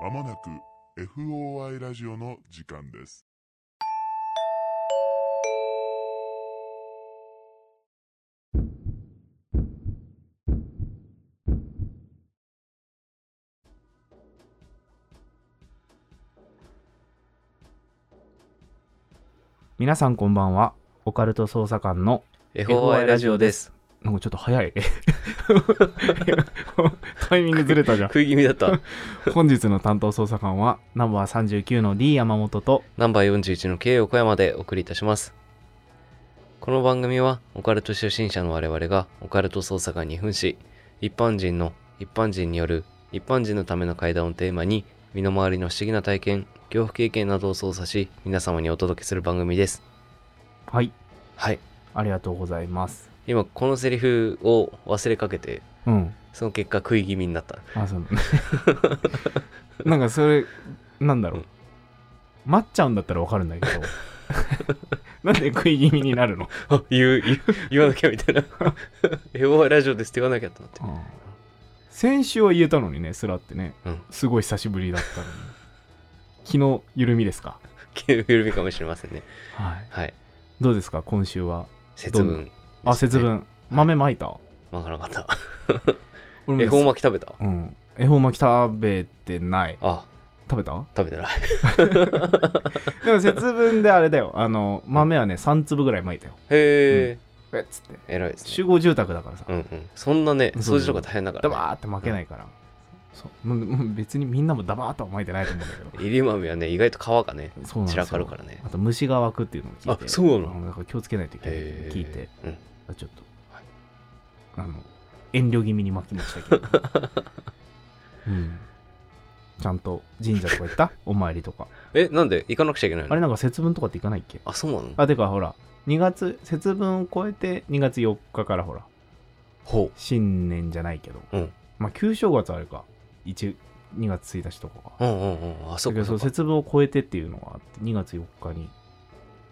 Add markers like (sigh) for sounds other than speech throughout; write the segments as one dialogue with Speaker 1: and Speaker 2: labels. Speaker 1: まもなく FOI ラジオの時間です。
Speaker 2: 皆さんこんばんは。オカルト捜査官の、
Speaker 3: FOI ラジオです。
Speaker 2: なんかちょっと早い。 (laughs) タイミングずれたじゃん。
Speaker 3: 食い気味だ (laughs) った。
Speaker 2: 本日の担当捜査官は、ナンバー39の D 山本と、
Speaker 3: ナンバー41の K 横山でお送りいたします。この番組は、オカルト初心者の我々が、オカルト捜査官に扮し、一般人の、一般人による、一般人のための会談をテーマに、身の回りの不思議な体験、恐怖経験などを操作し、皆様にお届けする番組です。
Speaker 2: はい、
Speaker 3: はい。
Speaker 2: ありがとうございます。
Speaker 3: 今、このセリフを忘れかけて、
Speaker 2: うん。
Speaker 3: その結果食い気味になった。 (laughs)
Speaker 2: あ、そう。 (laughs) なんかそれ、なんだろう。待っちゃうんだったらわかるんだけど。 (laughs) なんで食い気味になるの、
Speaker 3: あ、言う、言う言わなきゃみたいな。FOI ラジオですって言わなきゃと思って。
Speaker 2: 先週は言えたのにね、スラってね、
Speaker 3: うん
Speaker 2: すごい久しぶりだったのに。気の緩みですか
Speaker 3: 気の緩みかもしれませんね。
Speaker 2: はい。
Speaker 3: はい。
Speaker 2: どうですか今週は。
Speaker 3: 節
Speaker 2: どん
Speaker 3: 分、
Speaker 2: あ、節。分。豆まいた。
Speaker 3: わからなかっ
Speaker 2: 俺
Speaker 3: た。
Speaker 2: も
Speaker 3: 恵方巻き食べた
Speaker 2: うん。恵方巻き食べてない。
Speaker 3: あ、
Speaker 2: 食べた
Speaker 3: 食べてない。
Speaker 2: でも節分であれだよ。あ (laughs) の、豆はね、3粒ぐらいまいたよ。
Speaker 3: へえ、
Speaker 2: えっつって。
Speaker 3: 偉いですね。
Speaker 2: 集合住宅だからさ
Speaker 3: う。んうん。そんなね、
Speaker 2: そうそう
Speaker 3: 掃除とか大変だか
Speaker 2: ダ
Speaker 3: ら、ね。
Speaker 2: バーって巻けないから。そう。もうもう別にみんなもダバーとは巻いてないと思うんだけど。
Speaker 3: 入り豆はね、意外と皮がね、
Speaker 2: そうなんですよ
Speaker 3: 散らかるからね。
Speaker 2: あと虫が湧くっていうのを聞いて。
Speaker 3: あそうなの
Speaker 2: んだから気をつけないといけないっていうのを
Speaker 3: へえ。
Speaker 2: 聞いて、。
Speaker 3: うん。
Speaker 2: ちょっと
Speaker 3: はい、
Speaker 2: あの、遠慮気味に巻きましたけ
Speaker 3: (laughs)
Speaker 2: ど。うん。ちゃんと神社とか行
Speaker 3: (laughs)
Speaker 2: ったお参りとか。
Speaker 3: え、なんで行かなくちゃいけないの
Speaker 2: あれなんか節分とかって行かないっけ
Speaker 3: あそうなの
Speaker 2: あ、てかほら、2月、節分を超えて2月4日からほら、
Speaker 3: ほ
Speaker 2: 新年じゃないけど、
Speaker 3: うん
Speaker 2: まあ旧正月はあれか、1、2月1日とかか。
Speaker 3: う。うんうんうん。あ、そ
Speaker 2: だ
Speaker 3: っ
Speaker 2: けどそ
Speaker 3: かそうっか。
Speaker 2: 節分を超えてっていうのがあって、2月4日に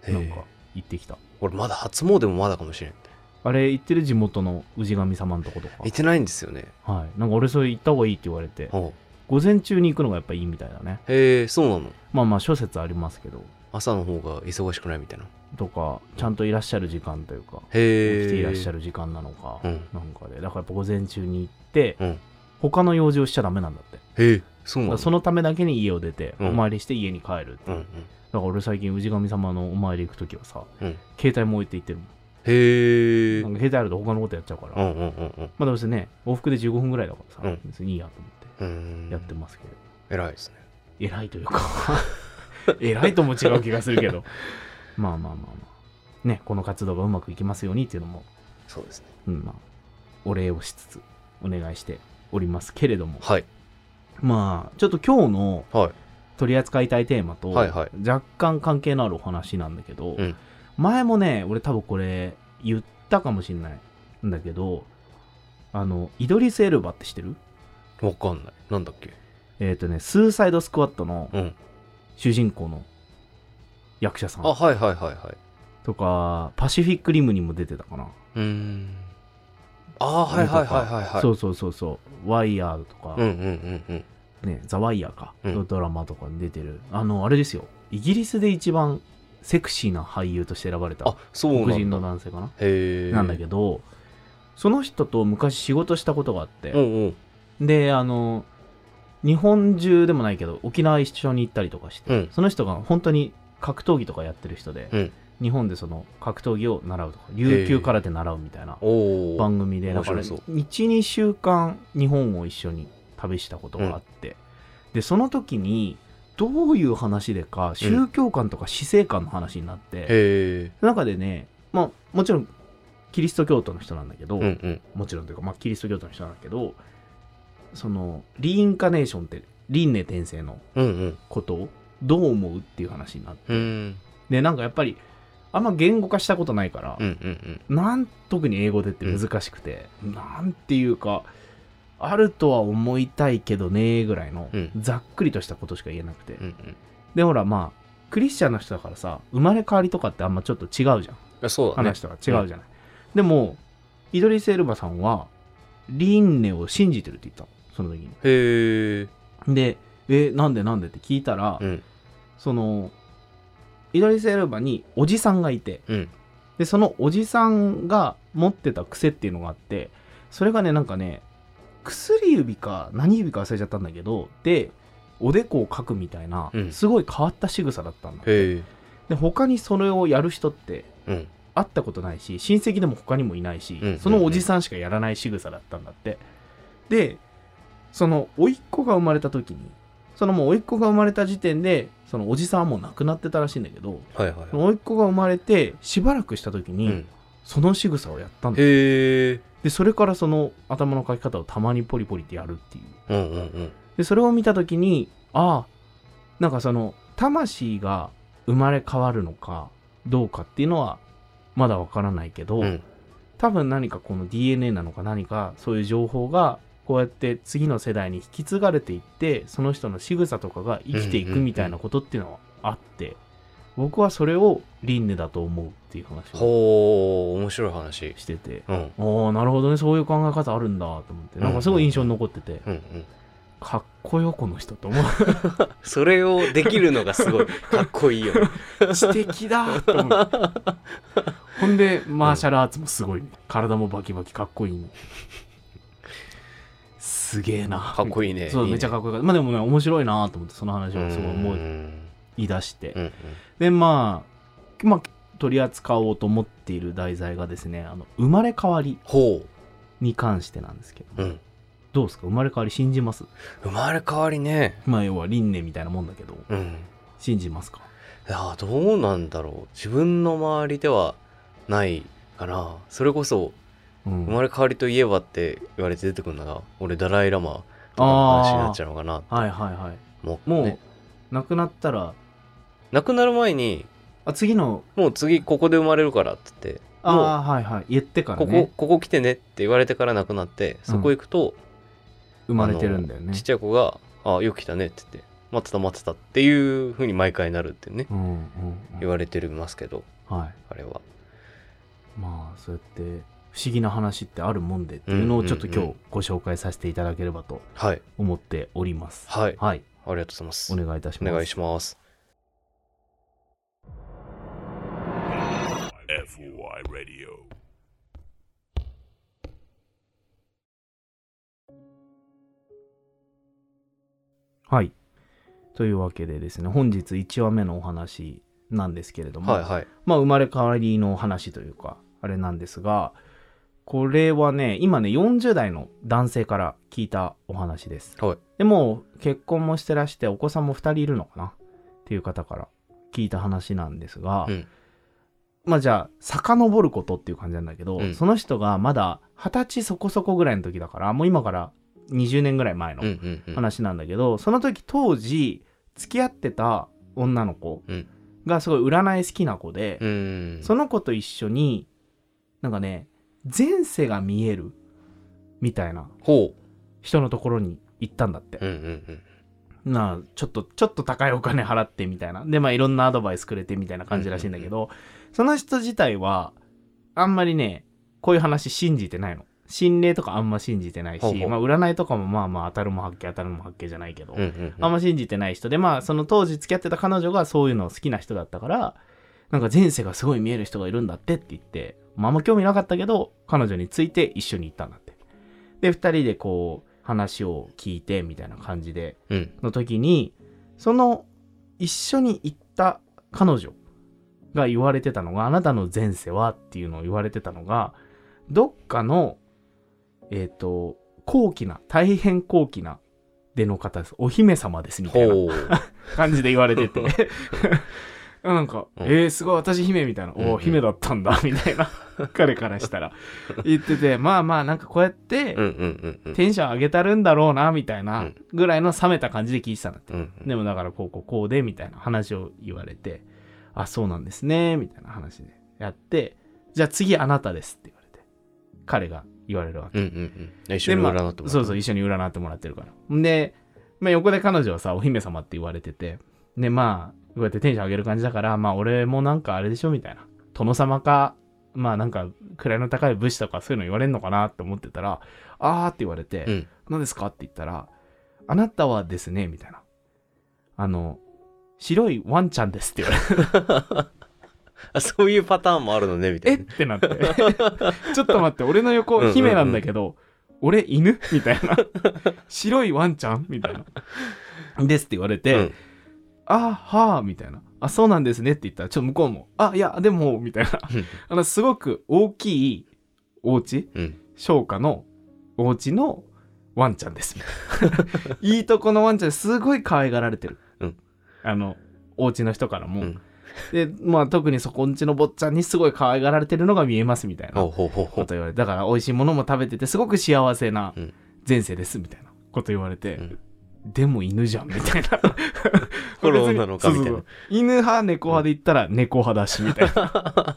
Speaker 2: なん
Speaker 3: へ
Speaker 2: か
Speaker 3: え
Speaker 2: 行ってきた。
Speaker 3: 俺まだ初詣もまだかもしれん。
Speaker 2: あれ行ってる地元の氏神様のとことか
Speaker 3: 行っ。てないんですよね。
Speaker 2: はい。なんか俺それ行った方がいいって言われて、
Speaker 3: ほ
Speaker 2: 午前中に行くのがやっぱいいみたいだね。
Speaker 3: う。へえ、そうなの。
Speaker 2: まあまあ諸説ありますけど、
Speaker 3: 朝の方が忙しくないみたいな。
Speaker 2: とか、ちゃんといらっしゃる時間というか、
Speaker 3: へえ。
Speaker 2: 来ていらっしゃ
Speaker 3: る。
Speaker 2: る時間なのか、
Speaker 3: うん。
Speaker 2: なんかで、だからやっぱ午前中に行って、
Speaker 3: うん
Speaker 2: 他の用事をしちゃダメなんだって。
Speaker 3: へえ、そうな
Speaker 2: だから
Speaker 3: の。
Speaker 2: そのためだけに家を出て、
Speaker 3: うん
Speaker 2: お参りして家に帰るって
Speaker 3: う
Speaker 2: い
Speaker 3: ん
Speaker 2: う、
Speaker 3: う
Speaker 2: だか
Speaker 3: ん。
Speaker 2: ら俺最近氏神様のお参り行く時はさ、
Speaker 3: うん
Speaker 2: 携帯も置いて行ってるもん
Speaker 3: へえ。
Speaker 2: なんか携帯あると他のことやっちゃうから、
Speaker 3: う
Speaker 2: ま
Speaker 3: んうんうんうん
Speaker 2: あどうせね往復で15分ぐらいだからさ、
Speaker 3: うん
Speaker 2: 別にいいやと思っ
Speaker 3: うーん。
Speaker 2: てやってますけど、
Speaker 3: 偉いですね。
Speaker 2: 偉いというか (laughs) 偉いとも違う気がするけど (laughs) まあまあまあまあねこの活動がうまくいきますようにっていうのも、
Speaker 3: そうですね。
Speaker 2: うんまあ、お礼をしつつお願いしておりますけれども
Speaker 3: はい。
Speaker 2: まあちょっと今日の
Speaker 3: はい。
Speaker 2: 取り扱いたいテーマと
Speaker 3: はいはい
Speaker 2: 若干関係のあるお話なんだけど、
Speaker 3: うん
Speaker 2: 前もね俺多分これ言ったかもしんないんだけどあのイドリス・エルバって知ってる
Speaker 3: わかんない。なんだっけ。
Speaker 2: えっ、とねスーサイド・スクワットの
Speaker 3: うん。
Speaker 2: 主人公の役者さん
Speaker 3: あ、はいはいはいはい。
Speaker 2: とかパシフィック・リムにも出てたかな、
Speaker 3: うーん。あーはいはいはいはいはい。
Speaker 2: そうそうそうそうワイヤーとか、
Speaker 3: うんうんうんうん。
Speaker 2: ね、ザ・ワイヤーか、
Speaker 3: うん
Speaker 2: のドラマとかに出てるあのあれですよイギリスで一番セクシーな俳優として選ばれた
Speaker 3: あ、そうなん
Speaker 2: 黒
Speaker 3: だ。
Speaker 2: 人の男性かな
Speaker 3: へえ。
Speaker 2: なんだけど、その人と昔仕事したことがあって、
Speaker 3: うんうん。
Speaker 2: で、あの、日本中でもないけど、沖縄一緒に行ったりとかして、
Speaker 3: うん
Speaker 2: その人が本当に格闘技とかやってる人で、
Speaker 3: うん
Speaker 2: 日本でその格闘技を習うとか、琉球空手習うみたいな
Speaker 3: おお。
Speaker 2: 番組で、だから
Speaker 3: 面白
Speaker 2: 1、2週間日本を一緒に旅したことがあって、で、その時に、どういう話でか、宗教観とか死生観の話になって、
Speaker 3: へえ。
Speaker 2: その中でね、まあ、もちろんキリスト教徒の人なんだけど、
Speaker 3: うんうん。
Speaker 2: もちろんというか、まあ、キリスト教徒の人なんだけどそのリインカネーションって輪廻転生の
Speaker 3: うんうん。
Speaker 2: ことをどう思うっていう話になって
Speaker 3: うーん。
Speaker 2: でなんかやっぱりあんま言語化したことないから
Speaker 3: うんう、ん
Speaker 2: なん特に英語でって難しくて、なんていうかあるとは思いたいけどねぐらいの、
Speaker 3: うん
Speaker 2: ざっくりとしたことしか言えなくて、
Speaker 3: うん。うんうん。
Speaker 2: でほらまあクリスチャンの人だからさ生まれ変わりとかってあんまちょっと違うじゃん
Speaker 3: あそうだね。
Speaker 2: 話とは違うじゃない。でも、イドリス・エルバさんは、輪廻を信じてるって言ったのその時に。
Speaker 3: へえ。
Speaker 2: で、えなんでなんでって聞いたら、
Speaker 3: うん
Speaker 2: そのイドリス・エルバにおじさんがいて
Speaker 3: うん
Speaker 2: でそのおじさんが持ってた癖っていうのがあってそれがねなんかね薬指か何指か忘れちゃったんだけどでおでこをかくみたいな、
Speaker 3: うん
Speaker 2: すごい変わった仕草だったんだ
Speaker 3: へえ
Speaker 2: で他にそれをやる人って
Speaker 3: うん
Speaker 2: 会ったことないし親戚でも他にもいないし、
Speaker 3: うん
Speaker 2: そのおじさんしかやらない仕草だったんだってでその甥っ子が生まれた時にそのもう甥っ子が生まれた時点でそのおじさんはもう亡くなってたらしいんだけど
Speaker 3: はいはい
Speaker 2: その甥っ子が生まれてしばらくした時に、
Speaker 3: うん
Speaker 2: その仕草をやったんだ
Speaker 3: へえ
Speaker 2: でそれからその頭の描き方をたまにポリポリってやるっていう
Speaker 3: うんうんうん
Speaker 2: でそれを見た時にああなんかその魂が生まれ変わるのかどうかっていうのはまだわからないけど、
Speaker 3: うん
Speaker 2: 多分何かこの DNA なのか何かそういう情報がこうやって次の世代に引き継がれていってその人の仕草とかが生きてい
Speaker 3: うんうん
Speaker 2: く
Speaker 3: うん
Speaker 2: みたいなことっていうのはあって僕はそれを輪廻だと思うっていう話を
Speaker 3: ほう面白い話
Speaker 2: してて
Speaker 3: うん
Speaker 2: ああなるほどねそういう考え方あるんだと思ってなんかすごい印象に残ってて
Speaker 3: うんうん
Speaker 2: かっこよこの人と思
Speaker 3: (laughs) それをできるのがすごいかっこいいよね
Speaker 2: う知的だと思う (laughs) ほんでマーシャルアーツもすごい体もバキバキかっこいいすげえな
Speaker 3: (laughs) かっこいいね
Speaker 2: そう
Speaker 3: いいね
Speaker 2: めっちゃかっこよかったまあでもね面白いなと思ってその話をすごい思い
Speaker 3: うん
Speaker 2: 出して、
Speaker 3: うんうん
Speaker 2: でまあまあ取り扱おうと思っている題材がですねあの生まれ変わり
Speaker 3: ほ
Speaker 2: に関してなんですけども、
Speaker 3: ううん
Speaker 2: どうですか生まれ変わり信じます (laughs)
Speaker 3: 生まれ変わりね
Speaker 2: まあ要は輪廻みたいなもんだけど
Speaker 3: うん
Speaker 2: 信じますか
Speaker 3: いやーどうなんだろう自分の周りではないかなそれこそ
Speaker 2: うん
Speaker 3: 生まれ変わりといえばって言われて出てくるのが俺ダライラマとかの話になっちゃうのかなって
Speaker 2: はいはいはい
Speaker 3: もう
Speaker 2: もう、
Speaker 3: ね
Speaker 2: 亡くなったら
Speaker 3: 亡くなる前に
Speaker 2: あ次の
Speaker 3: もう次ここで生まれるからって言って
Speaker 2: あ
Speaker 3: もう
Speaker 2: あはいはい言ってから
Speaker 3: ここ、
Speaker 2: ね
Speaker 3: ここ来てねって言われてから亡くなってそこ行くと、
Speaker 2: 生まれてるんだよね
Speaker 3: ちっちゃい子が「あよく来たね」って言って「待ってた待ってた」っていう風に毎回なるってね
Speaker 2: うんうんう
Speaker 3: 言
Speaker 2: ん
Speaker 3: われてるますけど
Speaker 2: はい
Speaker 3: あれは
Speaker 2: まあそうやって不思議な話ってあるもんでっていうのをちょっと
Speaker 3: うんうんうん
Speaker 2: 今日ご紹介させていただければと
Speaker 3: はい
Speaker 2: 思っております。
Speaker 3: はい
Speaker 2: はい、
Speaker 3: ありがとうございます
Speaker 2: お願いいたし
Speaker 3: お
Speaker 2: ます。
Speaker 3: 願いします
Speaker 1: FOI Radio
Speaker 2: はい。というわけでですね、本日1話目のお話なんですけれども、
Speaker 3: はいはい
Speaker 2: まあ生まれ変わりの話というか、あれなんですが、これはね、今ね、40代の男性から聞いたお話です。
Speaker 3: はい
Speaker 2: でもう結婚もしてらしてお子さんも2人いるのかなっていう方から聞いた話なんですが、
Speaker 3: うん
Speaker 2: まあじゃあ遡ることっていう感じなんだけど、
Speaker 3: うん
Speaker 2: その人がまだ二十歳そこそこぐらいの時だからもう今から20年ぐらい前の
Speaker 3: うんうんうん
Speaker 2: 話なんだけど、その時当時付き合ってた女の子
Speaker 3: うん
Speaker 2: がすごい占い好きな子で、
Speaker 3: うん
Speaker 2: その子と一緒になんかね前世が見えるみたいな
Speaker 3: ほ
Speaker 2: 人のところに行ったんだって。
Speaker 3: ううんうんうん
Speaker 2: なあちょっとちょっと高いお金払ってみたいなでまあいろんなアドバイスくれてみたいな感じらしいんだけど、その人自体はあんまりねこういう話信じてないの心霊とかあんま信じてないし
Speaker 3: ほうほう
Speaker 2: まあ、占いとかもまあまあ当たるも発見当たるも発見じゃないけど、
Speaker 3: うんうんうん
Speaker 2: あんま信じてない人でまあその当時付き合ってた彼女がそういうの好きな人だったからなんか前世がすごい見える人がいるんだってって言って、まあ、あんま興味なかったけど彼女について一緒に行ったんだってで2人でこう話を聞いてみたいな感じで
Speaker 3: うん
Speaker 2: の時にその一緒に行った彼女が言われてたのがあなたの前世はっていうのを言われてたのがどっかのえっ、と高貴な大変高貴な出の方ですお姫様ですみたいな
Speaker 3: ほう
Speaker 2: 感じで言われて
Speaker 3: (laughs)
Speaker 2: てなんか、
Speaker 3: うん
Speaker 2: えー、すごい私姫みたいな、
Speaker 3: うんうん
Speaker 2: おお姫だったん
Speaker 3: (laughs)
Speaker 2: だみたいな彼からしたら言っててまあまあなんかこうやって
Speaker 3: うんうんうんうん
Speaker 2: テンション上げたるんだろうなみたいうなんぐらいの冷めた感じで聞いてたんだって
Speaker 3: うんうん
Speaker 2: でもだからこうこうこうでみたいな話を言われて、あ、そうなんですね、みたいな話でやって、じゃあ次あなたですって言われて、彼が言われるわけ。
Speaker 3: うんうんうん一緒に
Speaker 2: でまあ
Speaker 3: 占ってもら
Speaker 2: そうそう、
Speaker 3: う
Speaker 2: 一緒に占ってもらってるから。んで、まあ、横で彼女はさ、お姫様って言われてて、で、まあ、こうやってテンション上げる感じだから、まあ、俺もなんかあれでしょみたいな。殿様か、まあ、なんか、位の高い武士とかそういうの言われるのかなって思ってたら、あーって言われて、
Speaker 3: うん
Speaker 2: 何ですかって言ったら、あなたはですね、みたいな。あの、白いワンちゃんですって言われて、
Speaker 3: あ、そういうパターンもあるのね、みた
Speaker 2: え
Speaker 3: い
Speaker 2: っ
Speaker 3: な。
Speaker 2: てな (laughs) って、ちょっと待って、俺の横
Speaker 3: うんうんう、ん
Speaker 2: 姫なんだけど、俺犬みたい
Speaker 3: (laughs)
Speaker 2: な。白いワンちゃんみたいな。ですって言われて、
Speaker 3: うん
Speaker 2: あはあ、みたいな。あ、そうなんですねって言ったら、ちょっと向こうも、あ、いや、でも、みたいな。
Speaker 3: うん
Speaker 2: あの、すごく大きいお家、
Speaker 3: うん
Speaker 2: 商家のお家のワンちゃんです。 (laughs) いいとこのワンちゃん、すごい可愛がられてる。
Speaker 3: うん
Speaker 2: あの、お家の人からも。
Speaker 3: うん
Speaker 2: で、まあ、特にそこんちの坊ちゃんにすごい可愛がられてるのが見えます、みたいな
Speaker 3: ほう
Speaker 2: こ
Speaker 3: ほうほうほ
Speaker 2: と
Speaker 3: う。
Speaker 2: 言われて、だから美味しいものも食べてて、すごく幸せな
Speaker 3: うん
Speaker 2: 前世です、みたいなこと言われて、
Speaker 3: うん
Speaker 2: でも犬じゃん、みたい
Speaker 3: (laughs)
Speaker 2: な。
Speaker 3: フォローなのかみた
Speaker 2: そうそ
Speaker 3: い
Speaker 2: うそ
Speaker 3: な
Speaker 2: う。犬派猫派で言ったら猫派だしみたいな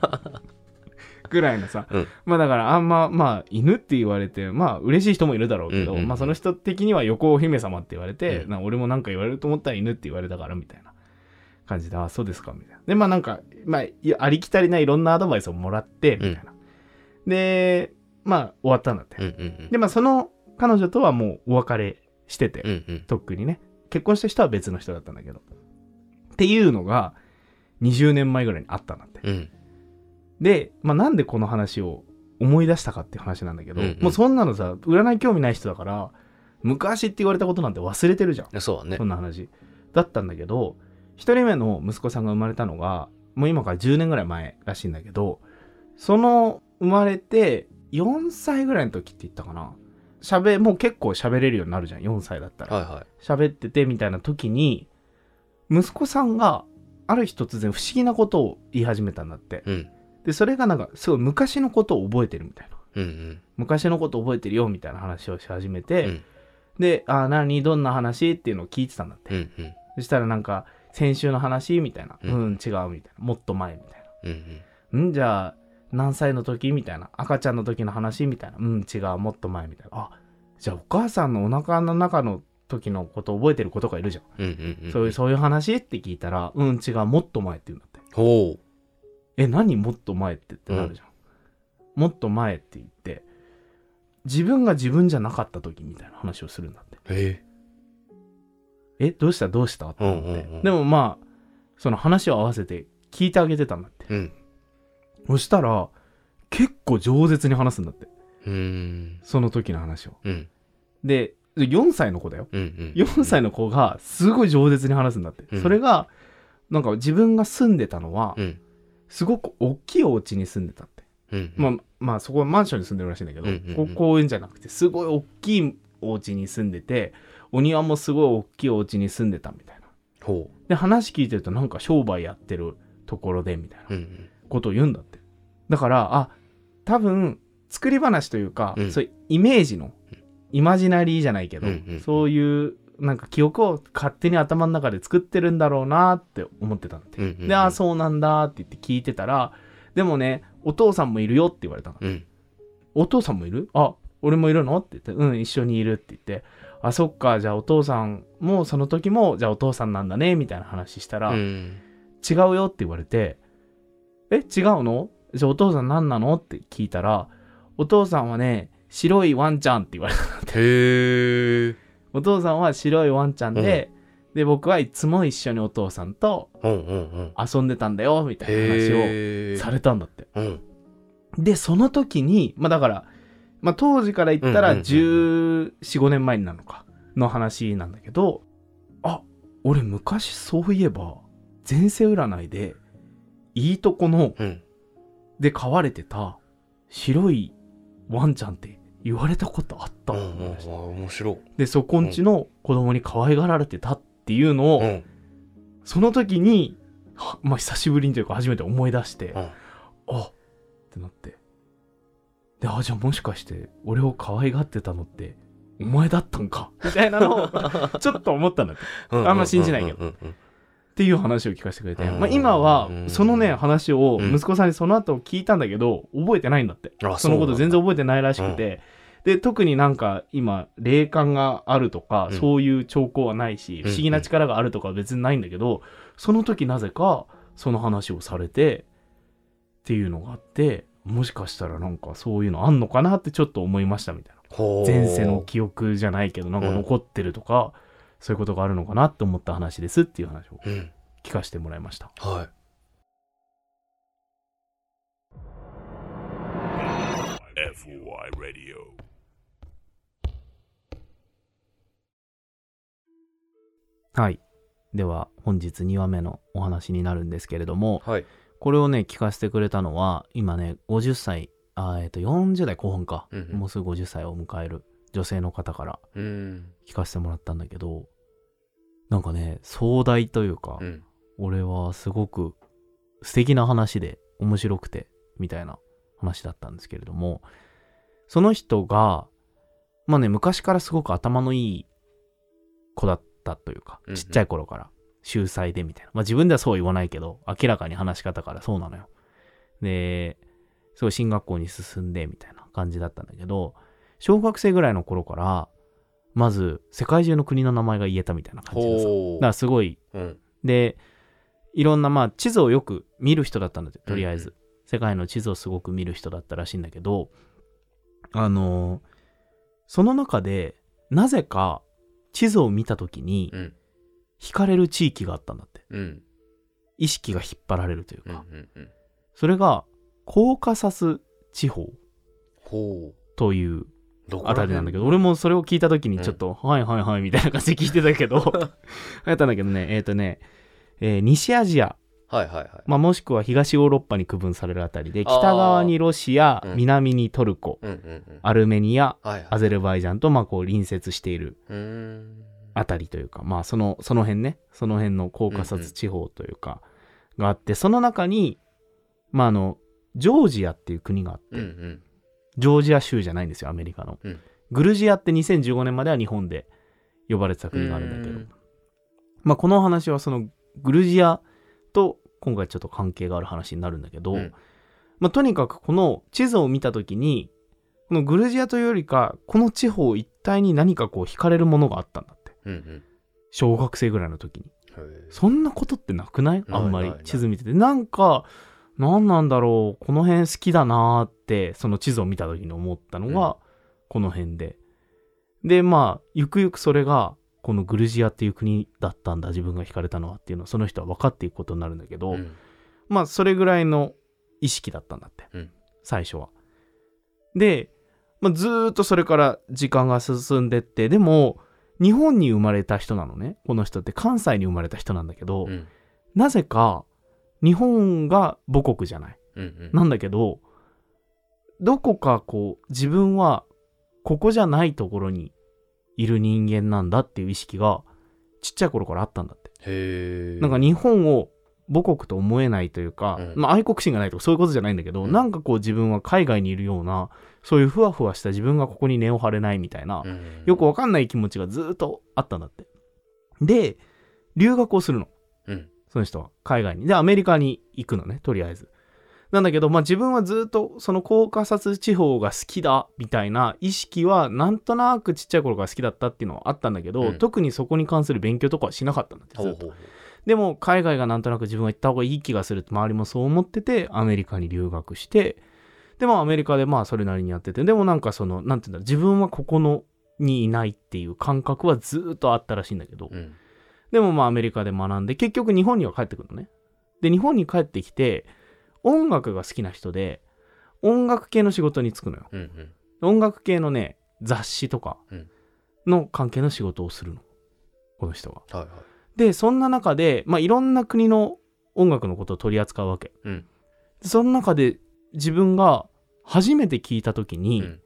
Speaker 2: ぐらいのさ、
Speaker 3: うん
Speaker 2: まあだからあんままあ犬って言われてまあ嬉しい人もいるだろうけど、
Speaker 3: うんうんうん
Speaker 2: まあその人的には横尾姫様って言われて、
Speaker 3: うん
Speaker 2: なんか俺もなんか言われると思ったら犬って言われたからみたいな感じであそうですかみたいなでまあなんか、まあ、いありきたりないろんなアドバイスをもらってみたいな、でまあ終わったんだって、
Speaker 3: うんうん
Speaker 2: でまあその彼女とはもうお別れしてて、
Speaker 3: うん。うんうん。
Speaker 2: とっくにね結婚した人は別の人だったんだけどっていうのが20年前ぐらいにあったんだって、
Speaker 3: うん。
Speaker 2: で、まあ、なんでこの話を思い出したかっていう話なんだけど、
Speaker 3: うんうん
Speaker 2: もうそんなのさ占い興味ない人だから昔って言われたことなんて忘れてるじゃん
Speaker 3: そうだね
Speaker 2: そ。んな話だったんだけど1人目の息子さんが生まれたのがもう今から10年ぐらい前らしいんだけどその生まれて4歳ぐらいの時って言ったかな喋もう結構喋れるようになるじゃん4歳だったら
Speaker 3: はいは
Speaker 2: 喋っててみたいな時に息子さんがある日突然不思議なことを言い始めたんだって
Speaker 3: い。うん。
Speaker 2: でそれがなんかすごい昔のことを覚えてるみたいな
Speaker 3: うんうん。
Speaker 2: 昔のこと覚えてるよみたいな話をし始めて、
Speaker 3: うん
Speaker 2: で「あー何どんな話?」っていうのを聞いてたんだって、
Speaker 3: うんうん。
Speaker 2: そしたらなんか「先週の話?」みたいな「う、
Speaker 3: うんん
Speaker 2: 違う」みたいな「もっと前」みたい
Speaker 3: うんうん。
Speaker 2: な「んじゃあ何歳の時?」みたいな「赤ちゃんの時の話?」みたいな「うん違うもっと前」みたいな「あじゃあお母さんのお腹の中の時のこと覚えてることがいるじゃん」
Speaker 3: うんうん。
Speaker 2: そういう、そういう話って聞いたら、うん、違う、もっと前って言うんだって。
Speaker 3: ほ
Speaker 2: え、何もっと前ってってなるじゃん。もっと前って言って、自分が自分じゃなかった時みたいな話をするんだって。
Speaker 3: う。へ
Speaker 2: え、どうしたどうしたって思って、
Speaker 3: うんうんうん
Speaker 2: でもまあ、その話を合わせて聞いてあげてたんだって。
Speaker 3: え。うん。
Speaker 2: そしたら、結構饒舌に話すんだって。
Speaker 3: うーん。
Speaker 2: その時の話を。
Speaker 3: うん。
Speaker 2: で、4歳の子だよ。
Speaker 3: うんうん。
Speaker 2: 4歳の子がすごい饒舌に話すんだって。
Speaker 3: うん
Speaker 2: それが、なんか自分が住んでたのは、
Speaker 3: うん。
Speaker 2: すごく大きいお家に住んでたって。
Speaker 3: うん。
Speaker 2: まあ、まあ、そこはマンションに住んでるらしいんだけど、
Speaker 3: うんうんうん
Speaker 2: こう公園じゃなくて、すごい大きいお家に住んでて、お庭もすごい大きいお家に住んでたみたいな。
Speaker 3: ほ。
Speaker 2: で、話聞いてると、なんか商売やってるところでみたいう
Speaker 3: う
Speaker 2: なんことを言うんだって。だから、あ、多分、作り話というか、
Speaker 3: うん
Speaker 2: そういうイメージの、イマジナリーじゃないけど、
Speaker 3: うんうんうん
Speaker 2: そういう、なんか記憶を勝手に頭の中で作ってるんだろうなって思ってたんだって。
Speaker 3: うん。うん。
Speaker 2: で、ああ、そうなんだって言って聞いてたら、でもね、お父さんもいるよって言われたの。
Speaker 3: うん。うん。
Speaker 2: お父さんもいるあ、俺もいるのって言って、うん、一緒にいるって言って、あ、そっか、じゃあお父さんも、その時も、じゃあお父さんなんだね、みたいな話したら、
Speaker 3: うん。
Speaker 2: 違うよって言われて、え、違うのじゃあお父さん何なのって聞いたら、お父さんはね、白いワンちゃんって言われた。 (laughs)
Speaker 3: へえ。
Speaker 2: お父さんは白いワンちゃんで、で、僕はいつも一緒にお父さんと
Speaker 3: うんうんうん。
Speaker 2: 遊んでたんだよ、みたいな話
Speaker 3: へ
Speaker 2: を
Speaker 3: え。
Speaker 2: されたんだって。
Speaker 3: うん。
Speaker 2: で、その時に、まあだから、まあ当時から言った
Speaker 3: うん
Speaker 2: ら
Speaker 3: うんうん
Speaker 2: 14、5年前になるのか、の話なんだけど、あ、俺昔そういえば、前世占いで、いいとこの、
Speaker 3: うん。
Speaker 2: で飼われてた、白いワンちゃんって言われたことあった
Speaker 3: うん
Speaker 2: わ
Speaker 3: うんうん。面白い。
Speaker 2: で、そこんちの子供に可愛がられてたっていうのを、
Speaker 3: うん。
Speaker 2: その時に、はまあ久しぶりにというか初めて思い出して、
Speaker 3: うん
Speaker 2: あってなって。で、あ、じゃあもしかして、俺を可愛がってたのって、お前だったんかみたいな
Speaker 3: (laughs)
Speaker 2: のを、ちょっと思ったんだって。あんま信じないけど
Speaker 3: ど。うんうん
Speaker 2: っていう話を聞かせてくれて。
Speaker 3: うん
Speaker 2: まあ今は
Speaker 3: う、ん
Speaker 2: そのね、話を
Speaker 3: うん
Speaker 2: 息子さんにその後聞いたんだけど、覚えてないんだって。
Speaker 3: あ、
Speaker 2: そのこと全然
Speaker 3: 覚
Speaker 2: 覚えてないらしくて。で、特になんか今、霊感があるとか、
Speaker 3: うん
Speaker 2: そういう兆候はないし、
Speaker 3: ん
Speaker 2: 不思議な力があるとかは別にないんだけど、その時なぜか、その話をされて、っていうのがあって、もしかしたらなんかそういうのあんのかなってちょっと思いましたみたいな。
Speaker 3: え
Speaker 2: 前世の記憶じゃないけど、なんか残ってるとか、そういうことがあるのかなって思った話ですっていう話を
Speaker 3: うん。
Speaker 2: 聞かせてもらいました。
Speaker 3: はい。
Speaker 1: FOI Radio
Speaker 2: はい。では、本日2話目のお話になるんですけれども、
Speaker 3: はい。
Speaker 2: これをね、聞かせてくれたのは、今ね、50歳、あーえっ、と、40代後半か、
Speaker 3: うんうん
Speaker 2: もうすぐ50歳を迎える女性の方から
Speaker 3: うん。
Speaker 2: 聞かせてもらったんだけど、なんかね、壮大というか、
Speaker 3: うん。
Speaker 2: 俺はすごく素敵な話で面白くてみたいな話だったんですけれどもその人がまあね昔からすごく頭のいい子だったというか
Speaker 3: うんうん
Speaker 2: ちっちゃい頃から秀才でみたいな、まあ自分ではそうは言わないけど明らかに話し方からそうなのよですごい進学校に進んでみたいな感じだったんだけど小学生ぐらいの頃からまず世界中の国の名前が言えたみたいな感じでさだ
Speaker 3: ほう
Speaker 2: からすごい
Speaker 3: うん。
Speaker 2: でいろんなまあ地図をよく見る人だったんだってとりあえず、
Speaker 3: う
Speaker 2: 世界の地図をすごく見る人だったらしいんだけどあのーその中でなぜか地図を見た時に
Speaker 3: うん。
Speaker 2: 惹かれる地域があったんだって
Speaker 3: うん。
Speaker 2: 意識が引っ張られるという
Speaker 3: うん。う
Speaker 2: か、
Speaker 3: ん。うん。
Speaker 2: それがコーカサス地方
Speaker 3: ほ
Speaker 2: という
Speaker 3: う。どこ
Speaker 2: あたりなんだけど、俺もそれを聞いた時にちょっと、はいはいはいみたいな感じで聞いてたけど
Speaker 3: (laughs)
Speaker 2: やったんだけどねえっ、とね、えー西アジア
Speaker 3: ど。はいはいはい。
Speaker 2: まあ、もしくは東ヨーロッパに区分されるあたりで北側にロシア、
Speaker 3: うん
Speaker 2: 南にトルコ、
Speaker 3: うんうんうん。
Speaker 2: アルメニア
Speaker 3: はいは
Speaker 2: ア
Speaker 3: い。
Speaker 2: ゼルバイジャンとまあこう隣接している
Speaker 3: うーん。
Speaker 2: あたりというか、まあ、そのその辺ねその辺のコーカサス地方というかがあってその中に、まあ、あのジョージアっていう国があって、
Speaker 3: うんうん。
Speaker 2: ジョージア州じゃないんですよアメリカの、
Speaker 3: うん
Speaker 2: グルジアって2015年までは日本で呼ばれてた国があるんだけど
Speaker 3: うーん
Speaker 2: まあ、このお話はそのグルジアと今回ちょっと関係がある話になるんだけど、
Speaker 3: うん
Speaker 2: まあ、とにかくこの地図を見た時にこのグルジアというよりかこの地方一帯に何かこう惹かれるものがあったんだって
Speaker 3: うんうん。
Speaker 2: 小学生ぐらいの時に
Speaker 3: へー
Speaker 2: そんなことってなくない
Speaker 3: ない
Speaker 2: あんまり
Speaker 3: ないない
Speaker 2: 地図見ててなんか何なんだろうこの辺好きだなーってその地図を見た時に思ったの
Speaker 3: うん
Speaker 2: がこの辺で、でまあゆくゆくそれがこのグルジアっていう国だったんだ自分が惹かれたのはっていうのをその人は分かっていくことになるんだけど、
Speaker 3: うん
Speaker 2: まあそれぐらいの意識だったんだって、
Speaker 3: うん
Speaker 2: 最初は。で、まあ、ずーっとそれから時間が進んでってでも日本に生まれた人なのねこの人って関西に生まれた人なんだけど、
Speaker 3: うん
Speaker 2: なぜか日本が母国じゃない。
Speaker 3: うんうん。
Speaker 2: なんだけどどこかこう自分はここじゃないところにいる人間なんだっていう意識がちっちゃい頃からあったんだって。
Speaker 3: へえ。
Speaker 2: なんか日本を母国と思えないというか、
Speaker 3: うん
Speaker 2: まあ、愛国心がないとかそういうことじゃないんだけど、
Speaker 3: うん
Speaker 2: なんかこう自分は海外にいるようなそういうふわふわした自分がここに根を張れないみたいな、
Speaker 3: うん、
Speaker 2: よくわかんない気持ちがずーっとあったんだってで留学をするの
Speaker 3: うん。
Speaker 2: その人は海外にでアメリカに行くのねとりあえずなんだけど、まあ、自分はずーっとそのコーカサス地方が好きだみたいな意識はなんとなくちっちゃい頃から好きだったっていうのはあったんだけど、
Speaker 3: うん
Speaker 2: 特にそこに関する勉強とかはしなかったんだってず
Speaker 3: ほ
Speaker 2: ー
Speaker 3: う
Speaker 2: っと
Speaker 3: ほうほう。
Speaker 2: でも海外がなんとなく自分が行った方がいい気がするって周りもそう思っててアメリカに留学してでもアメリカでまあそれなりにやっててでもなんかそのなんていうんだろう自分はここのにいないっていう感覚はずーっとあったらしいんだけど、
Speaker 3: うん。
Speaker 2: でもまあアメリカで学んで結局日本には帰ってくるのねで日本に帰ってきて音楽が好きな人で音楽系の仕事に就くのよ
Speaker 3: うんうん。
Speaker 2: 音楽系のね雑誌とか
Speaker 3: うん
Speaker 2: の関係の仕事をするのこの人は
Speaker 3: はいはい。
Speaker 2: でそんな中で、まあ、いろんな国の音楽のことを取り扱うわけ、
Speaker 3: うん
Speaker 2: その中で自分が初めて聞いた時
Speaker 3: う
Speaker 2: に
Speaker 3: ん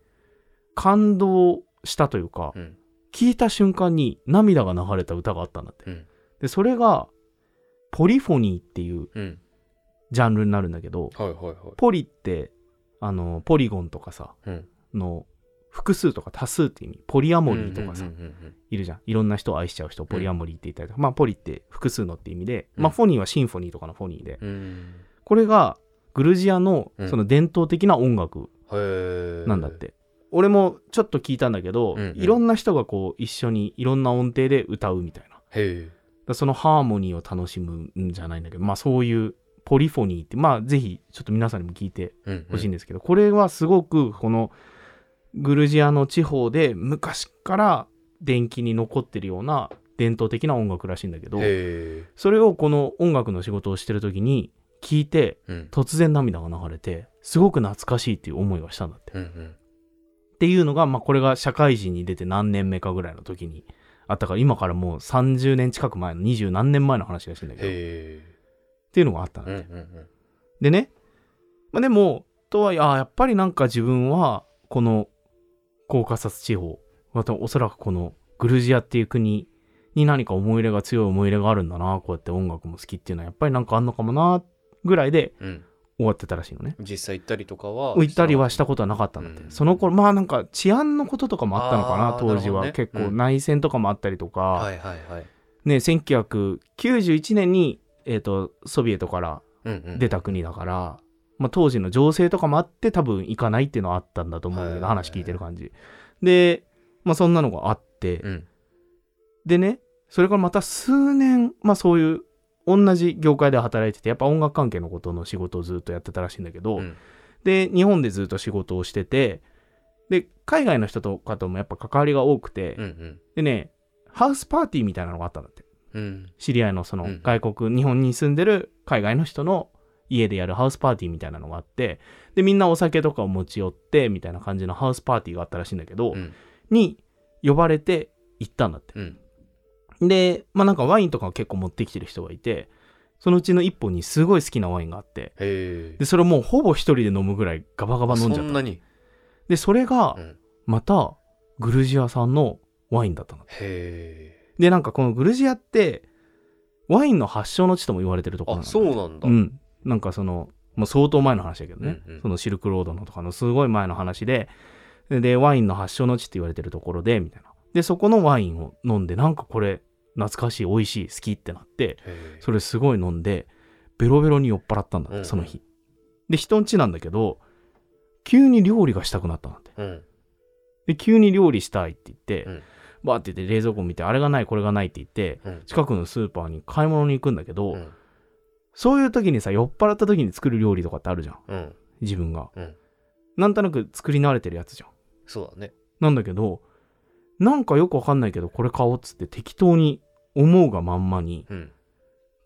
Speaker 2: 感動したというか、
Speaker 3: うん
Speaker 2: 聞いた瞬間に涙が流れた歌があったんだって、
Speaker 3: うん
Speaker 2: でそれがポリフォニーっていう
Speaker 3: うん。
Speaker 2: ジャンルになるんだけど
Speaker 3: はいはいはい。
Speaker 2: ポリってあのポリゴンとかさ
Speaker 3: うん。
Speaker 2: の複数とか多数って意味ポリアモリーとかさ、
Speaker 3: うんうんうん
Speaker 2: いるじゃんいろんな人を愛しちゃう人をポリアモリーって言ったりとか、まあポリって複数のって意味で、
Speaker 3: うん
Speaker 2: まあフォニーはシンフォニーとかのフォニーで、
Speaker 3: うん。うん。
Speaker 2: これがグルジアの
Speaker 3: うん
Speaker 2: その伝統的な音楽
Speaker 3: へえ。
Speaker 2: なんだっ。て、俺もちょっと聞いたんだけど、
Speaker 3: うんうん
Speaker 2: いろんな人がこう一緒にいろんな音程で歌うみたいなだか
Speaker 3: へえ。
Speaker 2: らそのハーモニーを楽しむんじゃないんだけどまあそういうポリフォニーってまあぜひちょっと皆さんにも聞いて
Speaker 3: うん。
Speaker 2: ほしいん
Speaker 3: ね。
Speaker 2: ですけど、これはすごくこのグルジアの地方で昔から伝記に残ってるような伝統的な音楽らしいんだけど、
Speaker 3: へえ。
Speaker 2: それをこの音楽の仕事をしてる時に聞いて、
Speaker 3: うん。
Speaker 2: 突然涙が流れて、すごく懐かしいっていう思いがしたんだって。
Speaker 3: うんうん。
Speaker 2: っていうのが、まあこれが社会人に出て何年目かぐらいの時にあったから、今からもう30年近く前の20何年前の話らしいんだけど、っ
Speaker 3: へ
Speaker 2: ていうのがあったん
Speaker 3: え。う
Speaker 2: だ
Speaker 3: ん
Speaker 2: っ
Speaker 3: う
Speaker 2: て。
Speaker 3: ん
Speaker 2: でね、まあ、でも、とはいえ、あーやっぱりなんか自分は、この、コーカサス地方、またおそらくこのグルジアっていう国に何か思い入れが強い思い入れがあるんだな、こうやって音楽も好きっていうのは、やっぱりなんかあんのかもな、ぐらいで
Speaker 3: うん。うん。
Speaker 2: 終わってたらしいのね。
Speaker 3: 実際行ったりとかは。
Speaker 2: 行ったりはしたことはなかったんだって。
Speaker 3: うん
Speaker 2: その頃、まあなんか治安のこととかもあったのか
Speaker 3: あ
Speaker 2: な、
Speaker 3: ー
Speaker 2: 当時は。
Speaker 3: なるほどね
Speaker 2: 結構
Speaker 3: うん
Speaker 2: 内戦とかもあったりとか、
Speaker 3: はいはいはい。
Speaker 2: ね、1991年に、えっ、と、ソビエトから
Speaker 3: うんうん。
Speaker 2: 出た国だから、まあ、当時の情勢とかもあって多分行かないっていうのはあったんだと思うんだけど、
Speaker 3: はい
Speaker 2: 話聞いてる感じで、まあ、そんなのがあって、
Speaker 3: うん。
Speaker 2: でねそれからまた数年、まあ、そういう同じ業界で働いててやっぱ音楽関係のことの仕事をずっとやってたらしいんだけど、
Speaker 3: うん
Speaker 2: で日本でずっと仕事をしててで海外の人とかともやっぱ関わりが多くて、
Speaker 3: うん
Speaker 2: でねハウスパーティーみたいなのがあったんだって
Speaker 3: うん。うん。
Speaker 2: 知り合いのその
Speaker 3: うん
Speaker 2: 外国、日本に住んでる海外の人の家でやるハウスパーティーみたいなのがあってでみんなお酒とかを持ち寄ってみたいな感じのハウスパーティーがあったらしいんだけど、
Speaker 3: うん
Speaker 2: に呼ばれて行ったんだって
Speaker 3: うん。
Speaker 2: でまあなんかワインとかを結構持ってきてる人がいてそのうちの一本にすごい好きなワインがあって
Speaker 3: へえ
Speaker 2: で。それをもうほぼ一人で飲むぐらいガバガバ飲んじ
Speaker 3: そ
Speaker 2: ゃっ
Speaker 3: ん
Speaker 2: た
Speaker 3: なに。
Speaker 2: でそれが
Speaker 3: うん。
Speaker 2: またグルジア産のワインだったの
Speaker 3: へ
Speaker 2: でなんかこのグルジアってワインの発祥の地とも言われてると
Speaker 3: え。
Speaker 2: ころな
Speaker 3: あ、
Speaker 2: の
Speaker 3: そうなんだ。
Speaker 2: う。ん、なんかその、もう相当前の話だけどね、
Speaker 3: うんうん
Speaker 2: そのシルクロードのとかのすごい前の話で、で、ワインの発祥の地って言われてるところで、みたいな。で、そこのワインを飲んで、なんかこれ、懐かしい、美味しい、好きってなって、
Speaker 3: へえ。
Speaker 2: それすごい飲んで、ベロベロに酔っ払ったんだって、
Speaker 3: うんうん
Speaker 2: その日。で、人ん家なんだけど、急に料理がしたくなったんだって。
Speaker 3: うん。
Speaker 2: で、急に料理したいって言って
Speaker 3: うん、
Speaker 2: バーって言って冷蔵庫見て、あれがない、これがないって言って、
Speaker 3: うん。
Speaker 2: 近くのスーパーに買い物に行くんだけど、
Speaker 3: うん。
Speaker 2: そういう時にさ、酔っ払った時に作る料理とかってあるじゃん。
Speaker 3: うん。
Speaker 2: 自分が。
Speaker 3: うん
Speaker 2: なんとなく作り慣れてるやつじゃん。
Speaker 3: そうだね。
Speaker 2: なんだけど、なんかよくわかんないけど、これ買おうっつって適当に思うがまんまに
Speaker 3: うん。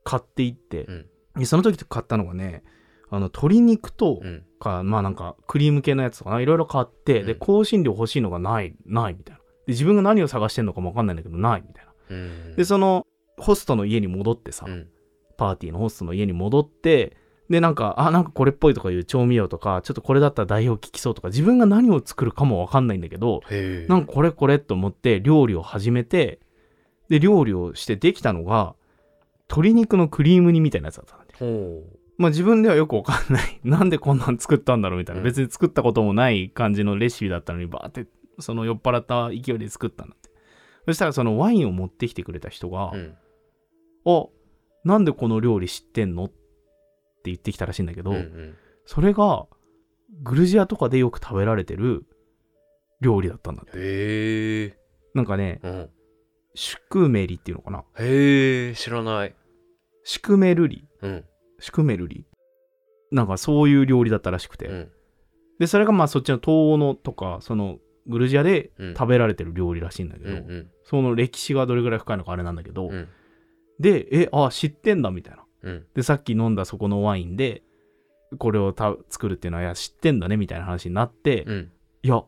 Speaker 2: 買っていって
Speaker 3: う、ん。
Speaker 2: でその時買ったのがね、あの鶏肉と
Speaker 3: うん。
Speaker 2: か、まあなんかクリーム系のやつとかな、いろいろ買って、で、
Speaker 3: うん
Speaker 2: 香辛料欲しいのがない、ないみたいな。で、自分が何を探してんのかもわかんないんだけど、ないみたいな。
Speaker 3: うん。
Speaker 2: で、その、ホストの家に戻ってさ、
Speaker 3: うん。
Speaker 2: パーティーのホストの家に戻って、で、なんか、あ、なんかこれっぽいとかいう調味料とか、ちょっとこれだったら代表聞きそうとか、自分が何を作るかもわかんないんだけど、
Speaker 3: へえ。
Speaker 2: なんかこれこれと思って料理を始めて、で、料理をしてできたのが、鶏肉のクリーム煮みたいなやつだったんだよ
Speaker 3: ほ
Speaker 2: まあ自分ではよくわかんない。 (laughs) なんでこんなん作ったんだろうみたいな。
Speaker 3: うん
Speaker 2: 別に作ったこともない感じのレシピだったのに、バーって、その酔っ払った勢いで作ったんだって。そしたらそのワインを持ってきてくれた人が、
Speaker 3: う。うん。
Speaker 2: あなんでこの料理知ってんのって言ってきたらしいんだけど、
Speaker 3: うんうん。
Speaker 2: それがグルジアとかでよく食べられてる料理だったんだって
Speaker 3: へえ。
Speaker 2: なんかね
Speaker 3: うん。
Speaker 2: シュクメリっていうのかな
Speaker 3: へえ、知らない。
Speaker 2: シュクメルリ
Speaker 3: うん。
Speaker 2: シュクメルリなんかそういう料理だったらしくて、
Speaker 3: うん。
Speaker 2: でそれがまあそっちの東欧のとかそのグルジアで
Speaker 3: うん
Speaker 2: 食べられてる料理らしいんだけ
Speaker 3: う
Speaker 2: ど、
Speaker 3: んうん。
Speaker 2: その歴史がどれぐらい深いのかあれなんだけど、
Speaker 3: うん。
Speaker 2: でえあ知ってんだみたいな
Speaker 3: うん。
Speaker 2: でさっき飲んだそこのワインでこれをた作るっていうのはいや知ってんだねみたいな話になって、
Speaker 3: う
Speaker 2: い
Speaker 3: ん。
Speaker 2: や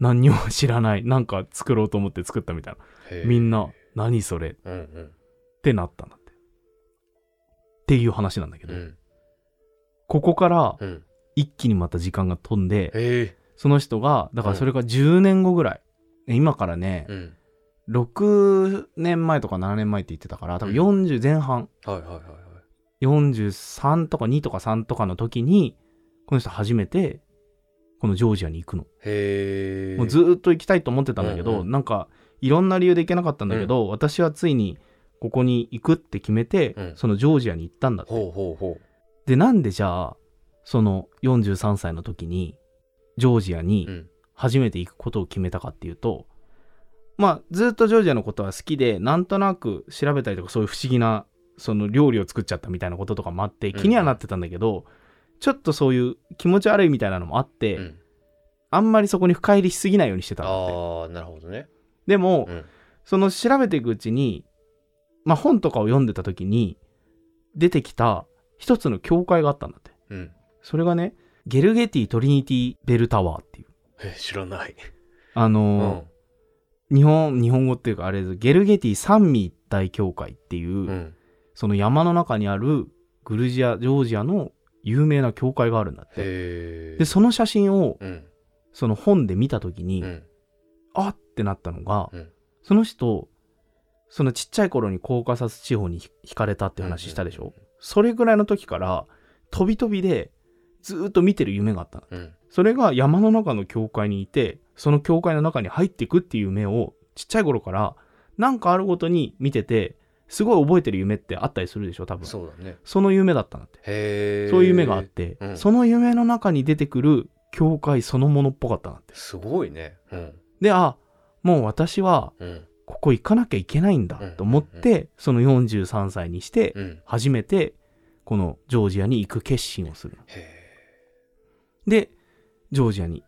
Speaker 2: 何にも知らないなんか作ろうと思って作ったみたいな、
Speaker 3: へえ
Speaker 2: みん。な何それっ
Speaker 3: うんうん。
Speaker 2: てなったんだってっていう話なんだけ
Speaker 3: う
Speaker 2: ど、
Speaker 3: ん。
Speaker 2: ここから
Speaker 3: うん。
Speaker 2: 一気にまた時間が飛んで、
Speaker 3: へえ。
Speaker 2: その人がだからそれが10年後ぐらい、今からね、
Speaker 3: うん。
Speaker 2: 6年前とか7年前って言ってたから多分40前半、
Speaker 3: はいはいはいはい。
Speaker 2: 43とか2とか3とかの時にこの人初めてこのジョージアに行くの、
Speaker 3: へえ。
Speaker 2: もうずーっと行きたいと思ってたんだけど、
Speaker 3: うんうん
Speaker 2: なんかいろんな理由で行けなかったんだけど、私はついにここに行くって決めて、
Speaker 3: うん
Speaker 2: そのジョージアに行ったんだって、
Speaker 3: ほうほうほ
Speaker 2: でなんでじゃあその43歳の時にジョージア
Speaker 3: う。う
Speaker 2: に
Speaker 3: ん。
Speaker 2: 初めて行くことを決めたかっていうと、まあずーっとジョージアのことは好きでなんとなく調べたりとかそういう不思議なその料理を作っちゃったみたいなこととかもあって
Speaker 3: うん
Speaker 2: 気にはなってたんだけど、ちょっとそういう気持ち悪いみたいなのもあって、
Speaker 3: うん。
Speaker 2: あんまりそこに深入りしすぎないようにしてたんだって
Speaker 3: ああ、なるほどね。
Speaker 2: でも、
Speaker 3: うん。
Speaker 2: その調べていくうちにまあ、本とかを読んでた時に出てきた一つの教会があったんだって。
Speaker 3: うん。
Speaker 2: それがね、ゲルゲティ・トリニティ・ベルタワーっていう。
Speaker 3: え、知らない。
Speaker 2: あ
Speaker 3: う
Speaker 2: のー
Speaker 3: ん。
Speaker 2: 日本、日本語っていうかあれです。ゲルゲティ三位一体教会っていう、
Speaker 3: うん。
Speaker 2: その山の中にあるグルジア、ジョージアの有名な教会があるんだって。
Speaker 3: へえ。
Speaker 2: で、その写真を
Speaker 3: うん。
Speaker 2: その本で見た時に、
Speaker 3: うん。
Speaker 2: あってなったのが、
Speaker 3: うん
Speaker 2: その人、そのちっちゃい頃にコーカサス地方にひ惹かれたって話したでしょ、それぐらいの時から、飛び飛びでずーっと見てる夢があったの。
Speaker 3: うん。
Speaker 2: それが山の中の教会にいて、その教会の中に入っていくっていう夢を、ちっちゃい頃から、なんかあるごとに見てて、すごい覚えてる夢ってあったりするでしょ、多分。そ
Speaker 3: そうだね。
Speaker 2: の夢だったんだって。
Speaker 3: へえ。
Speaker 2: そういう夢があって、
Speaker 3: うん
Speaker 2: その夢の中に出てくる教会そのものっぽかったなって。
Speaker 3: すごいね。うん。
Speaker 2: で、あ、もう私は、
Speaker 3: うん。
Speaker 2: ここ行かなきゃいけないんだと思って、その43歳にして、
Speaker 3: うん。
Speaker 2: 初めて、このジョージアに行く決心をする。
Speaker 3: へえ。
Speaker 2: で、ジョージアに、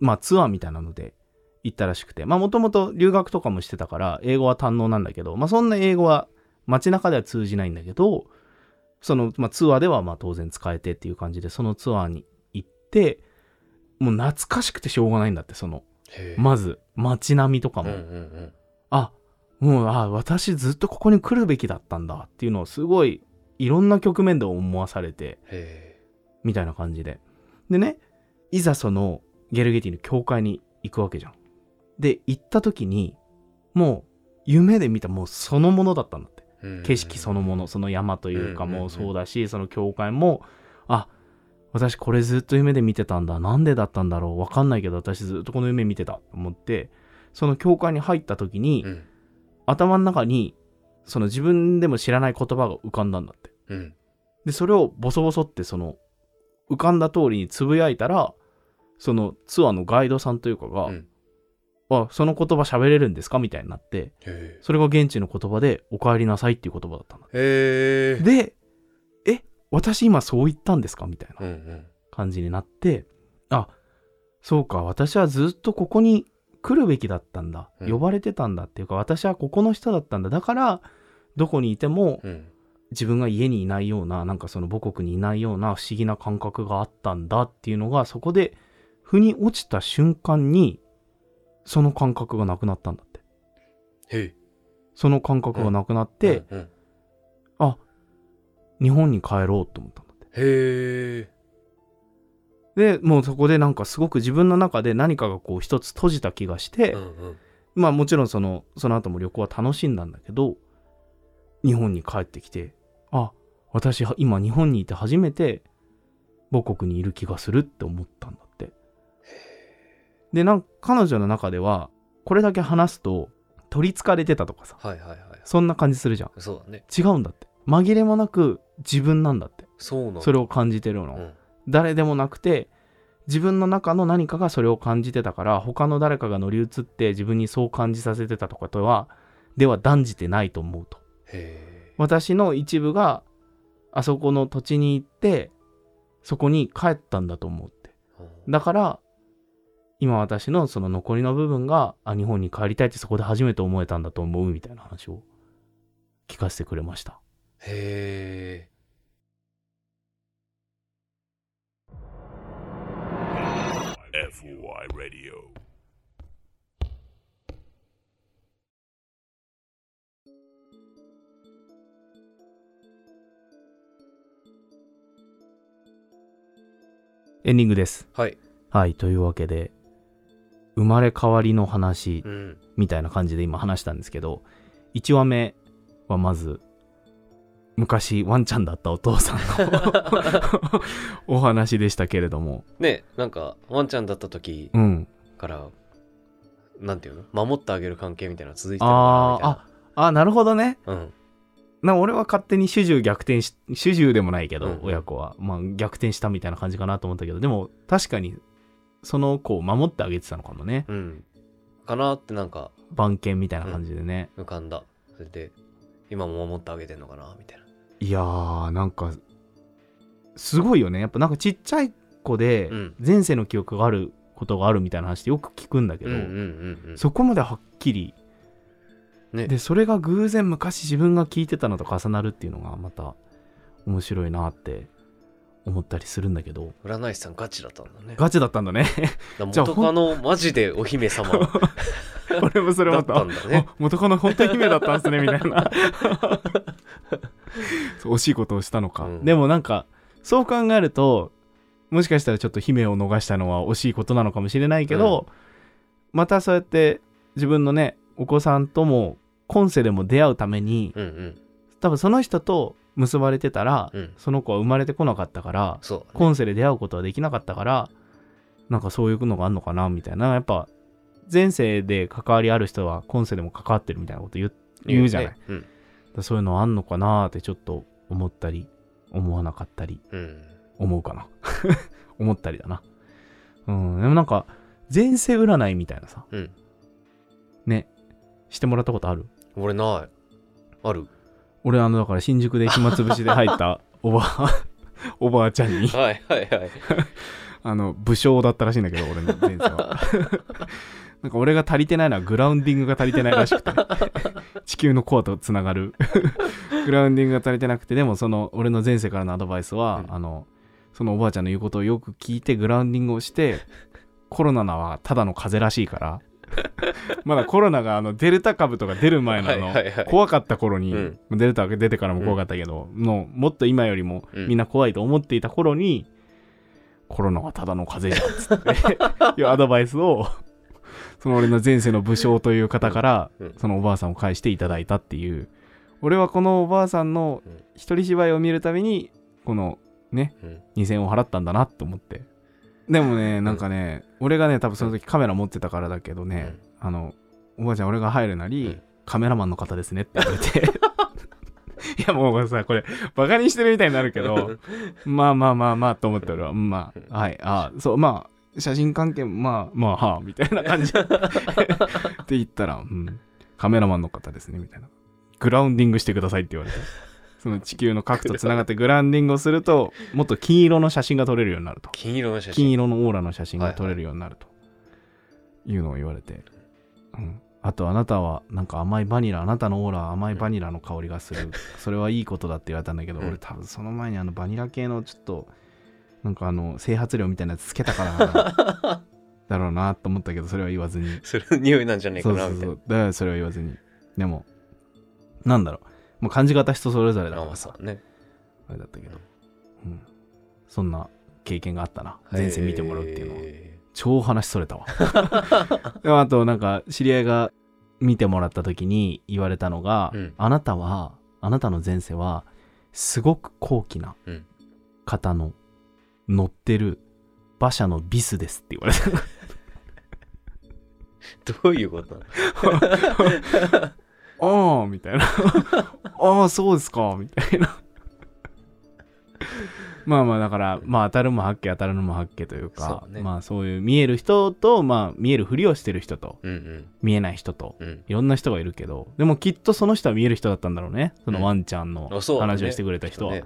Speaker 2: まあツアーみたいなので行ったらしくて、まあもともと留学とかもしてたから、英語は堪能なんだけど、まあそんな英語は街中では通じないんだけど、その、まあ、ツアーではまあ当然使えてっていう感じで、そのツアーに行って、もう懐かしくてしょうがないんだって、その、
Speaker 3: へえ。
Speaker 2: まず街並みとか
Speaker 3: うんう
Speaker 2: も。
Speaker 3: んうん。
Speaker 2: あもうあ私ずっとここに来るべきだったんだっていうのをすごいいろんな局面で思わされて
Speaker 3: へえ。
Speaker 2: みたいな感じででねいざそのゲルゲティの教会に行くわけじゃんで行った時にもう夢で見たもうそのものだったんだって
Speaker 3: うん
Speaker 2: 景色そのものその山というか
Speaker 3: うんうんうん
Speaker 2: もうそうだしその教会もあ私これずっと夢で見てたんだなんでだったんだろうわかんないけど私ずっとこの夢見てたと思ってその教会に入った時に、
Speaker 3: うん。
Speaker 2: 頭の中にその自分でも知らない言葉が浮かんだんだって
Speaker 3: うん。
Speaker 2: でそれをボソボソってその浮かんだ通りにつぶやいたらそのツアーのガイドさんというかが「
Speaker 3: うん
Speaker 2: あその言葉喋れるんですか?」みたいになって
Speaker 3: へえ。
Speaker 2: それが現地の言葉で「お帰りなさい」っていう言葉だったんだって
Speaker 3: へえ。
Speaker 2: で「え私今そう言ったんですか?」みたいな
Speaker 3: うんうん。
Speaker 2: 感じになってあそうか私はずっとここに来るべきだったんだ
Speaker 3: うん
Speaker 2: 呼ばれてたんだっていうか、私はここの人だったんだだからどこにいても
Speaker 3: うん。
Speaker 2: 自分が家にいないようななんかその母国にいないような不思議な感覚があったんだっていうのがそこで腑に落ちた瞬間にその感覚がなくなったんだって
Speaker 3: へえ。
Speaker 2: その感覚がなくなって、
Speaker 3: うんうん、
Speaker 2: 日本に帰ろうと思ったんだって
Speaker 3: へえ。
Speaker 2: でもうそこでなんかすごく自分の中で何かがこう一つ閉じた気がして、
Speaker 3: うんうん。
Speaker 2: まあもちろんその、その後も旅行は楽しんだんだけど、日本に帰ってきて、あ、私は今日本にいて初めて母国にいる気がするって思ったんだって。で、なんか彼女の中では、これだけ話すと取りつかれてたとかさ、
Speaker 3: はいはいはい。
Speaker 2: そんな感じするじゃん。
Speaker 3: そうだね。
Speaker 2: 違うんだって。紛れもなく自分なんだって。
Speaker 3: そうなんだ
Speaker 2: それを感じてるの。
Speaker 3: うん。
Speaker 2: 誰でもなくて自分の中の何かがそれを感じてたから他の誰かが乗り移って自分にそう感じさせてたとかとはでは断じてないと思うと
Speaker 3: へ
Speaker 2: 私の一部があそこの土地に行ってそこに帰ったんだと思うって
Speaker 3: え。
Speaker 2: だから今私のその残りの部分があ日本に帰りたいってそこで初めて思えたんだと思うみたいな話を聞かせてくれました
Speaker 3: へえ。
Speaker 1: FOI Radio
Speaker 2: エンディングです
Speaker 3: はい。
Speaker 2: はいというわけで生まれ変わりの話
Speaker 3: うん。
Speaker 2: みたいな感じで今話したんですけど、1話目はまず、昔ワンちゃんだったお父さんの (laughs) お話でしたけれども、
Speaker 3: ねなんか、ワンちゃんだった時
Speaker 2: うん。
Speaker 3: から、なんていうの守ってあげる関係みたいなの続いてたの
Speaker 2: あ
Speaker 3: か
Speaker 2: ーあ、あ、なるほどね。
Speaker 3: なみたいな。うん。
Speaker 2: な俺は勝手に主従逆転し、主従でもないけど、
Speaker 3: うん
Speaker 2: 親子は。まあ逆転したみたいな感じかなと思ったけど、でも確かにその子を守ってあげてたのかもね。
Speaker 3: うん。かなってなんか
Speaker 2: 番犬みたいな感じでね。
Speaker 3: 浮かんだ。それで、今も守ってあげてんのかなみたいな。
Speaker 2: いやー、なんか、すごいよね。やっぱなんかちっちゃい子で、
Speaker 3: うん。
Speaker 2: 前世の記憶があることがあるみたいな話ってよく聞くんだけ
Speaker 3: う
Speaker 2: ど、
Speaker 3: んうんうんうん。
Speaker 2: そこまではっきり
Speaker 3: ね
Speaker 2: でそれが偶然昔自分が聞いてたのと重なるっていうのがまた面白いなって思ったりするんだけ
Speaker 3: (laughs)
Speaker 2: ど
Speaker 3: 占い師さんガチだったんだね
Speaker 2: ガチだったんだ
Speaker 3: (laughs)
Speaker 2: ね
Speaker 3: だ
Speaker 2: じゃあ
Speaker 3: 元カノマジでお姫
Speaker 2: (laughs)
Speaker 3: 様
Speaker 2: 俺もそれ
Speaker 3: だ
Speaker 2: 思
Speaker 3: っ
Speaker 2: った
Speaker 3: たんだ
Speaker 2: (laughs)
Speaker 3: ね
Speaker 2: あ元カノ本当に姫だったんですねみたい
Speaker 3: (laughs)
Speaker 2: なそう惜しいことをしたのか、
Speaker 3: うん
Speaker 2: でもなんかそう考えるともしかしたらちょっと姫を逃したのは惜しいことなのかもしれないけど、またそうやって自分のねお子さんとも今世でも出会うために
Speaker 3: うんうん
Speaker 2: 多分その人と結ばれてたら、
Speaker 3: うん
Speaker 2: その子は生まれてこなかったから
Speaker 3: そうだね
Speaker 2: 今世で出会うことはできなかったからなんかそういうのがあるのかなみたいなやっぱ前世で関わりある人は今世でも関わってるみたいなこと言う言うじゃない、だ
Speaker 3: ねうん
Speaker 2: からそういうのあんのかなってちょっと思ったり思わなかったり
Speaker 3: うん
Speaker 2: 思うかな (laughs) 思ったりだなうんでもなんか前世占いみたいなさ
Speaker 3: うん
Speaker 2: ねしてもらったことある
Speaker 3: 俺ないある
Speaker 2: 俺あのだから新宿で暇つぶしで入ったおば (laughs) あおばあちゃんに
Speaker 3: はいはいはい
Speaker 2: あの武将だったらしいんだけど俺の前世
Speaker 3: (laughs)
Speaker 2: はなんか俺が足りてないのはグラウンディングが足りてないらしくて地球のコアとつなが
Speaker 3: (laughs)
Speaker 2: るグラウンディングが足りてなくてでもその俺の前世からのアドバイスは、
Speaker 3: うん
Speaker 2: あのそのおばあちゃんの言うことをよく聞いてグラウンディングをしてコロナはただの風邪らしいから
Speaker 3: (laughs)
Speaker 2: まだコロナがあのデルタ株とか出る前のあの、
Speaker 3: はいはいはい
Speaker 2: 怖かった頃に、
Speaker 3: うん
Speaker 2: デルタが出てからも怖かったけど、のもっと今よりも
Speaker 3: うん
Speaker 2: みんな怖いと思っていた頃に、コロナはただの風邪じゃんっつって
Speaker 3: (laughs)
Speaker 2: いうアドバイスをその俺の前世の武将という方から、
Speaker 3: うんうん
Speaker 2: そのおばあさんを返していただいたっていう俺はこのおばあさんの
Speaker 3: うん
Speaker 2: 一人芝居を見るためにこのね
Speaker 3: うん
Speaker 2: 2000円を払ったんだなと思ってでもねなんかね、俺がね多分その時カメラ持ってたからだけどね、あのおばあちゃん俺が入るなり、
Speaker 3: うん
Speaker 2: カメラマンの方ですねって言われて (laughs) いやもうさこれバカにしてるみたいになるけどまあまあまあまあと思って俺はうんまあはいあそうまあ写真関係まあまあはあみたいな感じって言ったら、うん、カメラマンの方ですねみたいなグラウンディングしてくださいって言われてその地球の核とつながってグラウンディングをするともっと金色の写真が撮れるようになると
Speaker 3: 金色の写
Speaker 2: 金
Speaker 3: 真
Speaker 2: 色のオーラの写真が撮れるようになるというのを言われて、うん、あとあなたはなんか甘いバニラあなたのオーラは甘いバニラの香りがするそれはいいことだって言われたんだけど、
Speaker 3: うん
Speaker 2: 俺多分その前にあのバニラ系のちょっとなんかあの整髪料みたいなやつつけたから
Speaker 3: (laughs)
Speaker 2: だろうなと思ったけどそれは言わずに
Speaker 3: それの匂いなんじゃねえか
Speaker 2: そう
Speaker 3: な
Speaker 2: そう
Speaker 3: みた
Speaker 2: そ
Speaker 3: いう
Speaker 2: だからそれは言わずにでもなんだろうもう感じ方人それぞれだか
Speaker 3: なあ
Speaker 2: ら
Speaker 3: あ
Speaker 2: さ
Speaker 3: そうね
Speaker 2: あれだったけど、うん、そんな経験があったな前世見てもらうっていうのは、
Speaker 3: へ
Speaker 2: 超話それたわ (laughs) でもあとなんか知り合いが見てもらった時に言われたのが、
Speaker 3: うん
Speaker 2: あなたはあなたの前世はすごく高貴な
Speaker 3: うん
Speaker 2: 方の乗ってる馬車のビスですって言われ
Speaker 3: (laughs)
Speaker 2: た
Speaker 3: ーどうい
Speaker 2: (laughs)
Speaker 3: うことなの
Speaker 2: ああみたいな (laughs) ああそうですかみたいな (laughs) まあまあだからまあ当たるも八景当たるのも八景というか
Speaker 3: そうね
Speaker 2: まあそういう見える人とまあ見えるふりをしてる人と
Speaker 3: うん
Speaker 2: 見えない人と
Speaker 3: うんうん
Speaker 2: いろんな人がいるけど、でもきっとその人は見える人だったんだろうね。そのワンちゃんの
Speaker 3: あそうだね
Speaker 2: 話をしてくれた人は。
Speaker 3: ね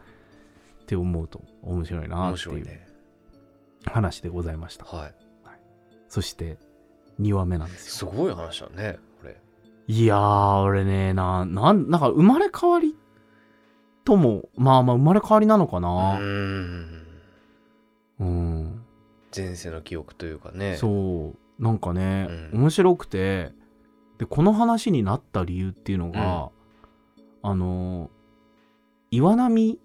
Speaker 2: って思うと面白いな
Speaker 3: 面
Speaker 2: って
Speaker 3: 白
Speaker 2: い
Speaker 3: いうね
Speaker 2: 話でございました。
Speaker 3: はい
Speaker 2: そして2話目なんです
Speaker 3: す
Speaker 2: よ。
Speaker 3: ごい話だねこれ
Speaker 2: いやー、俺ね、な、なん、なんか生まれ変わりとも、まあまあ生まれ変わりなのか
Speaker 3: う
Speaker 2: な。
Speaker 3: ーん
Speaker 2: うん。
Speaker 3: 前世の記憶というかね
Speaker 2: そうなんかね、
Speaker 3: うん
Speaker 2: 面白くてでこの話になった理由っていうのが、あの岩波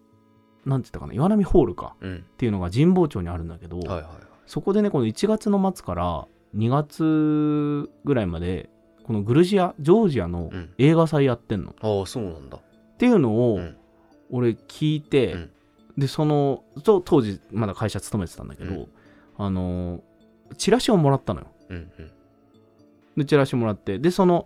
Speaker 2: なんて言ったかな岩波ホールか
Speaker 3: うん
Speaker 2: っていうのが神保町にあるんだけど、
Speaker 3: はいはいはい
Speaker 2: そこでねこの1月の末から2月ぐらいまでこのグルジアジョージアの
Speaker 3: うん
Speaker 2: 映画祭やってんの、っ
Speaker 3: ああそうなんだ
Speaker 2: ていうの
Speaker 3: う
Speaker 2: を
Speaker 3: ん
Speaker 2: 俺聞いて、
Speaker 3: うん
Speaker 2: でそのと当時まだ会社勤めてたんだけど、
Speaker 3: うん
Speaker 2: あのチラシをもらったのよ
Speaker 3: うんうん
Speaker 2: でチラシもらってでその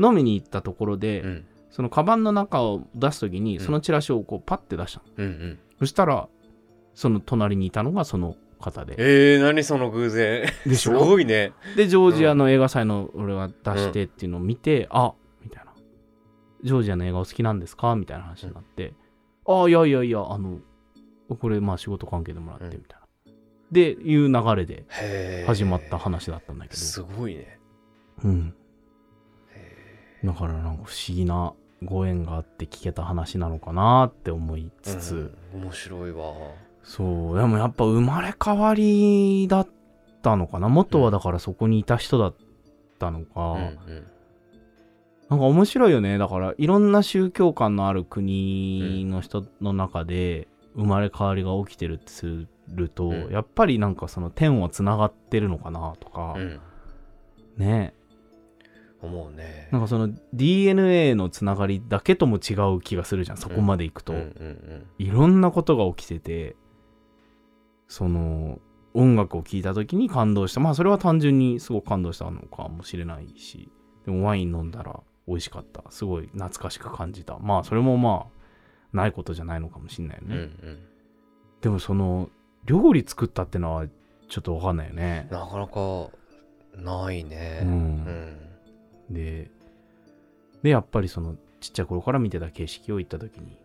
Speaker 2: 飲みに行ったところで、
Speaker 3: うん
Speaker 2: そのカバンの中を出す時に
Speaker 3: うん
Speaker 2: そのチラシをこうパッて出したの、
Speaker 3: うんうん
Speaker 2: そしたらその隣にいたのがその方で
Speaker 3: えー何その偶然
Speaker 2: です
Speaker 3: ごいね
Speaker 2: でジョージアの映画祭の俺が出してっていうのを見て、あみたいなジョージアの映画お好きなんですかみたいな話になって、あいやいやいやあのこれまあ仕事関係でもらってみたいな、でいう流れで
Speaker 3: へえ
Speaker 2: 始まった話だったんだけど、
Speaker 3: すごいね
Speaker 2: うん
Speaker 3: へ
Speaker 2: だからなんか不思議なご縁があって聞けた話なのかなって思いつつ、
Speaker 3: うん面白いわ
Speaker 2: そうでもやっぱ生まれ変わりだったのかな元はだからそこにいた人だったのか、
Speaker 3: うんうん
Speaker 2: なんか面白いよねだからいろんな宗教観のある国の人の中で生まれ変わりが起きてるってすると、
Speaker 3: うん
Speaker 2: やっぱりなんかその天はつながってるのかなとか、
Speaker 3: うん
Speaker 2: ね
Speaker 3: 思うね
Speaker 2: なんかその DNA のつながりだけとも違う気がするじゃんそこまでいくと、
Speaker 3: うんうん
Speaker 2: いろんなことが起きててその音楽を聴いた時に感動したまあそれは単純にすごく感動したのかもしれないしでもワイン飲んだら美味しかったすごい懐かしく感じたまあそれもまあないことじゃないのかもしれないよ
Speaker 3: うんう
Speaker 2: ね、
Speaker 3: んうん
Speaker 2: でもその料理作ったってのはちょっとわかんないよね、
Speaker 3: なかなかないね
Speaker 2: う、
Speaker 3: うんん
Speaker 2: ででやっぱりそのちっちゃい頃から見てた景色を行った時に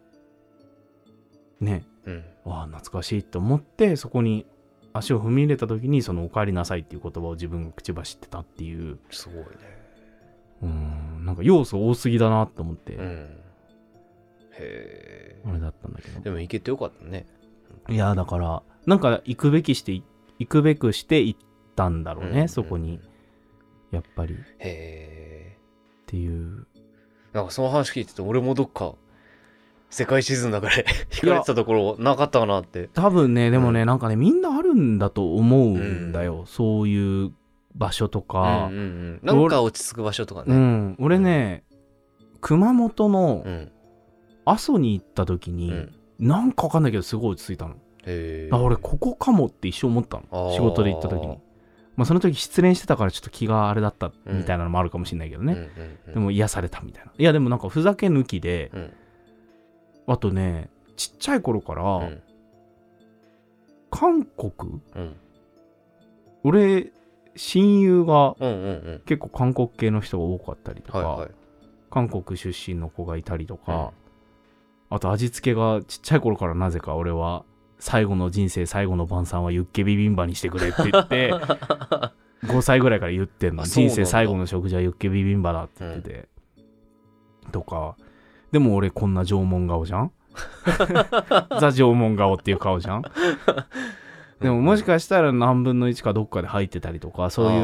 Speaker 2: ね
Speaker 3: うん
Speaker 2: わあ懐かしいと思ってそこに足を踏み入れた時にその「おかえりなさい」っていう言葉を自分が口走ってたっていう
Speaker 3: すごいね
Speaker 2: うーんなんか要素多すぎだなと思って、
Speaker 3: うんへ
Speaker 2: あれ
Speaker 3: え
Speaker 2: だったんだけ
Speaker 3: で
Speaker 2: ど
Speaker 3: も行けてよかったね
Speaker 2: いやだからなんか行くべきして行くべくして行ったんだろうね、
Speaker 3: うん
Speaker 2: そこにやっぱりっ
Speaker 3: へえ
Speaker 2: ていう
Speaker 3: なんかその話聞いてて俺もどっか世界地図の (laughs) 中で引かれてたところなかったかなって
Speaker 2: 多分ねでもね、
Speaker 3: うん
Speaker 2: なんかねみんなあるんだと思うんだよ、そういう場所とか
Speaker 3: うんうんうん、なんか落ち着く場所とか
Speaker 2: うん、
Speaker 3: ね
Speaker 2: 俺ね、熊本の
Speaker 3: うん
Speaker 2: 阿蘇に行った時
Speaker 3: う
Speaker 2: に、
Speaker 3: ん、
Speaker 2: なんかわかんないけどすごい落ち着いたの、
Speaker 3: へえ
Speaker 2: あ俺ここかもって一生思った
Speaker 3: あ
Speaker 2: の
Speaker 3: ー
Speaker 2: 仕事で行った時にまあその時失恋してたからちょっと気があれだった
Speaker 3: うん
Speaker 2: みたいなのもあるかもしれないけど
Speaker 3: ね
Speaker 2: ね、で
Speaker 3: も
Speaker 2: も癒されたみたいないやでもなんかふざけ抜きで
Speaker 3: うん
Speaker 2: あとねちっちゃい頃か
Speaker 3: う
Speaker 2: ら
Speaker 3: ん
Speaker 2: 韓国
Speaker 3: うん
Speaker 2: 俺親友が
Speaker 3: うんうん
Speaker 2: 結構韓国系の人が多かったりと
Speaker 3: うんはい
Speaker 2: か
Speaker 3: はい
Speaker 2: 韓国出身の子がいたりとかあと味付けがちっちゃい頃からなぜか俺は最後の人生最後の晩餐はユッケビビンバにしてくれって言
Speaker 3: (laughs)
Speaker 2: って5歳ぐらいから言ってんの
Speaker 3: あそうな
Speaker 2: 人
Speaker 3: ん
Speaker 2: 生
Speaker 3: だ
Speaker 2: 最後の食事はユッケビビンバだって言ってて、とかでも俺こんな縄文顔じ
Speaker 3: (laughs)
Speaker 2: ゃんザ縄文顔っていう顔じゃんでももしかしたら何分の1かどっかで入ってたりとかそういう
Speaker 3: あ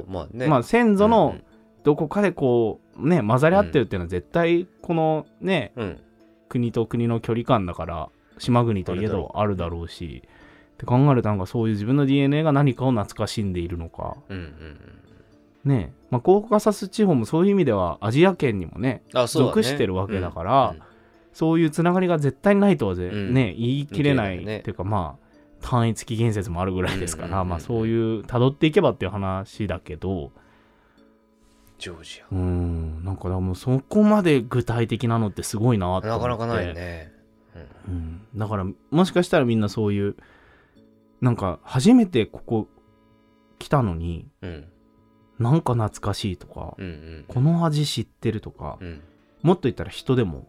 Speaker 3: ーまあね
Speaker 2: まあ先祖
Speaker 3: う
Speaker 2: の
Speaker 3: ん
Speaker 2: どこかでこうね混ざり合ってるっていうのは絶対このね
Speaker 3: うんうん
Speaker 2: 国と国の距離感だから島国といえどあるだろうしって考えるとなんかそういう自分の DNA が何かを懐かしんでいるのか
Speaker 3: うんうん
Speaker 2: ねえ、まあ、広告が指す地方もそういう意味ではアジア圏にもね
Speaker 3: うんあそうだね
Speaker 2: 属してるわけだからそういうつながりが絶対ないとはぜ、
Speaker 3: うん
Speaker 2: ね、言い切れない
Speaker 3: 言い切れないね
Speaker 2: っていうかまあ単一起源説もあるぐらいですから、
Speaker 3: うんうんうんうん
Speaker 2: まあ、そういう辿っていけばっていう話だけど
Speaker 3: ジョージ
Speaker 2: うーんなんかでもそこまで具体的なのってすごいな
Speaker 3: ア
Speaker 2: と思
Speaker 3: な
Speaker 2: って
Speaker 3: かなかないね
Speaker 2: うん、だからもしかしたらみんなそういうなんか初めてここ来たのに
Speaker 3: うんうん
Speaker 2: なんか懐かしいとか、
Speaker 3: うんうん
Speaker 2: この味知ってるとか
Speaker 3: う、ん
Speaker 2: もっと言ったら人でも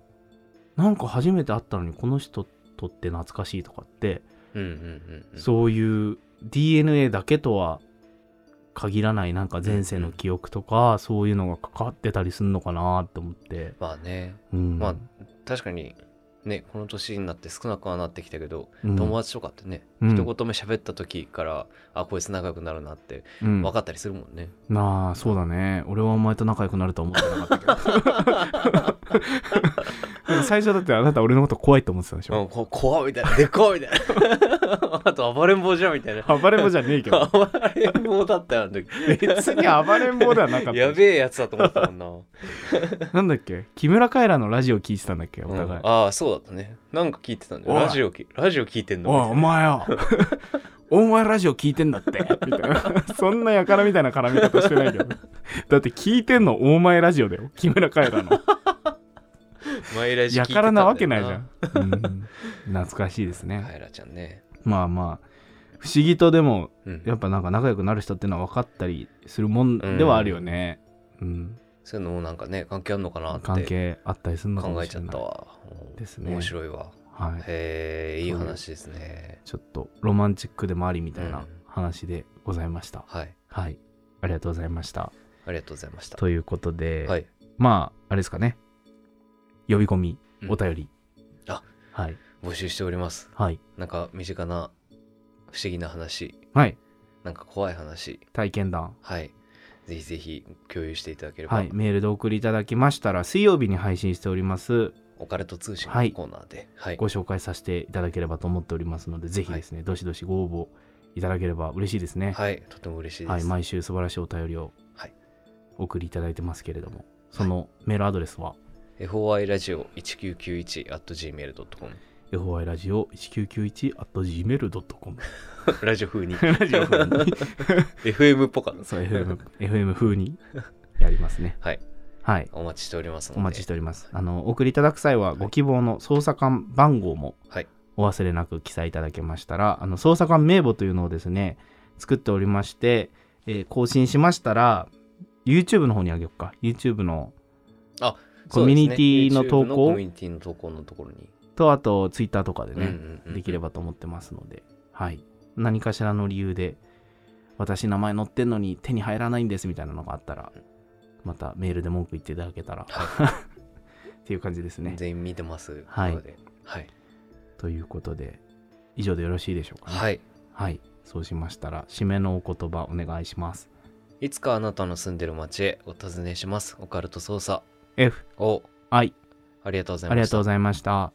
Speaker 2: なんか初めて会ったのにこの人とって懐かしいとかって、
Speaker 3: うんうんうん
Speaker 2: そういう DNA だけとは限らないなんか前世の記憶とか、そういうのが関わってたりするのかなって思って、
Speaker 3: まあね
Speaker 2: うん
Speaker 3: まあ確かにねこの年になって少なくはなってきたけど
Speaker 2: うん
Speaker 3: 友達とかってね
Speaker 2: うん
Speaker 3: 一言目喋った時からあこいつ仲良くなるなって
Speaker 2: うん
Speaker 3: 分かったりするもんね
Speaker 2: なあそうだね俺はお前と仲良くなるとは思ってなかったけ
Speaker 3: (laughs)
Speaker 2: どでも最初だってあなた俺のこと怖いと思ってたでし
Speaker 3: う
Speaker 2: ょ
Speaker 3: んこ怖いみたいなでこいみたいな (laughs) あと暴れん坊じゃん
Speaker 2: (laughs)
Speaker 3: みたいな
Speaker 2: 暴れん坊じゃねえけど
Speaker 3: 暴れん坊だったよあの時
Speaker 2: 別に暴れん坊ではなかった
Speaker 3: やべえやつだと思ったもんな
Speaker 2: なんだっけ木村カエラのラジオ聞いてたんだっけお
Speaker 3: うん
Speaker 2: 互い、
Speaker 3: ああそうだったねなんか聞いてたんだよ
Speaker 2: おい
Speaker 3: ラジオきラジオ聞いてんの
Speaker 2: おいお前
Speaker 3: (laughs)
Speaker 2: よお前ラジオ聞いてんだってみたいなそんなやからみたいな絡み方してないけどだって聞いてんのお前ラジオだよ木村カエラの
Speaker 3: マイラジ聞い
Speaker 2: や
Speaker 3: てた
Speaker 2: か
Speaker 3: んだ
Speaker 2: らな
Speaker 3: よ
Speaker 2: わけないじゃん、うん懐かしいですね、
Speaker 3: カエラちゃんね
Speaker 2: まあまあ不思議とでも
Speaker 3: うん
Speaker 2: やっぱなんか仲良くなる人っていうのは分かったりするもんではあるよね。うん。
Speaker 3: そういうのもなんかね関係あんのかなって
Speaker 2: 関係あったりするのか
Speaker 3: 考
Speaker 2: も
Speaker 3: え
Speaker 2: し
Speaker 3: ちゃ
Speaker 2: れ
Speaker 3: っ
Speaker 2: な
Speaker 3: た
Speaker 2: い。
Speaker 3: わうん
Speaker 2: ですね
Speaker 3: 面白いわ
Speaker 2: はい。
Speaker 3: へえいい話ですね
Speaker 2: ちょっとロマンチックでもありみたいうなん話でございました。
Speaker 3: はい
Speaker 2: はい。ありがとうございました。
Speaker 3: ありがとうございました
Speaker 2: ということで、
Speaker 3: はい
Speaker 2: まあ、あれですかね。呼び込み、
Speaker 3: うん
Speaker 2: お便り。
Speaker 3: あ
Speaker 2: はい。
Speaker 3: 募集しております。
Speaker 2: はい。
Speaker 3: なんか身近な不思議な話、
Speaker 2: はい。
Speaker 3: なんか怖い話、
Speaker 2: 体験談。
Speaker 3: はい。ぜひぜひ共有していただければ、
Speaker 2: はい。メールでお送りいただきましたら、水曜日に配信しております。
Speaker 3: オカルト通信
Speaker 2: は
Speaker 3: の
Speaker 2: い
Speaker 3: コーナーで、はい。
Speaker 2: ご紹介させていただければと思っておりますので、ぜひですね、どしどしご応募いただければ嬉しいですね。
Speaker 3: はい、とても嬉しい
Speaker 2: は
Speaker 3: で
Speaker 2: い、
Speaker 3: す。
Speaker 2: 毎週素晴らしいお便りを
Speaker 3: はい
Speaker 2: お送りいただいてますけれども、そのメールアドレスは、
Speaker 3: FOI ラジオ1991 at gmail.com。
Speaker 2: foi ラジオ 1991.gmail.com
Speaker 3: (laughs) ラジオ風に。
Speaker 2: (laughs) ラジオ風に
Speaker 3: FM っぽかった。
Speaker 2: そう FM, FM 風にやりますね
Speaker 3: はい。
Speaker 2: はい
Speaker 3: お待ちしておりますので。
Speaker 2: お待ちしておりますあのお送りいただく際はご希望の捜査官番号も
Speaker 3: はい
Speaker 2: お忘れなく記載いただけましたらあの捜査官名簿というのをですね作っておりまして、えー更新しましたら YouTube の方にあげようか YouTube の
Speaker 3: あ
Speaker 2: コミュニティの投
Speaker 3: そうですね YouTube のコ
Speaker 2: 稿
Speaker 3: ミュニティの投稿のところに。
Speaker 2: とあと Twitter とかで
Speaker 3: うん
Speaker 2: ね、
Speaker 3: うんうん
Speaker 2: できればと思ってますので、はい、何かしらの理由で私名前載ってんのに手に入らないんですみたいなのがあったらまたメールで文句言っていただけた
Speaker 3: (laughs)
Speaker 2: らっていう感じですね。
Speaker 3: 全員見てます。
Speaker 2: はい
Speaker 3: なのではい。
Speaker 2: ということで以上でよろしいでしょうかね、
Speaker 3: はい。
Speaker 2: はい、そうしましたら締めのお言葉お願いします。
Speaker 3: いつかあなたの住んでる町へお尋ねします。オカルト捜査
Speaker 2: F
Speaker 3: を
Speaker 2: I
Speaker 3: ありがとうござい
Speaker 2: あ
Speaker 3: ま
Speaker 2: りが
Speaker 3: した
Speaker 2: とうご。ざいました。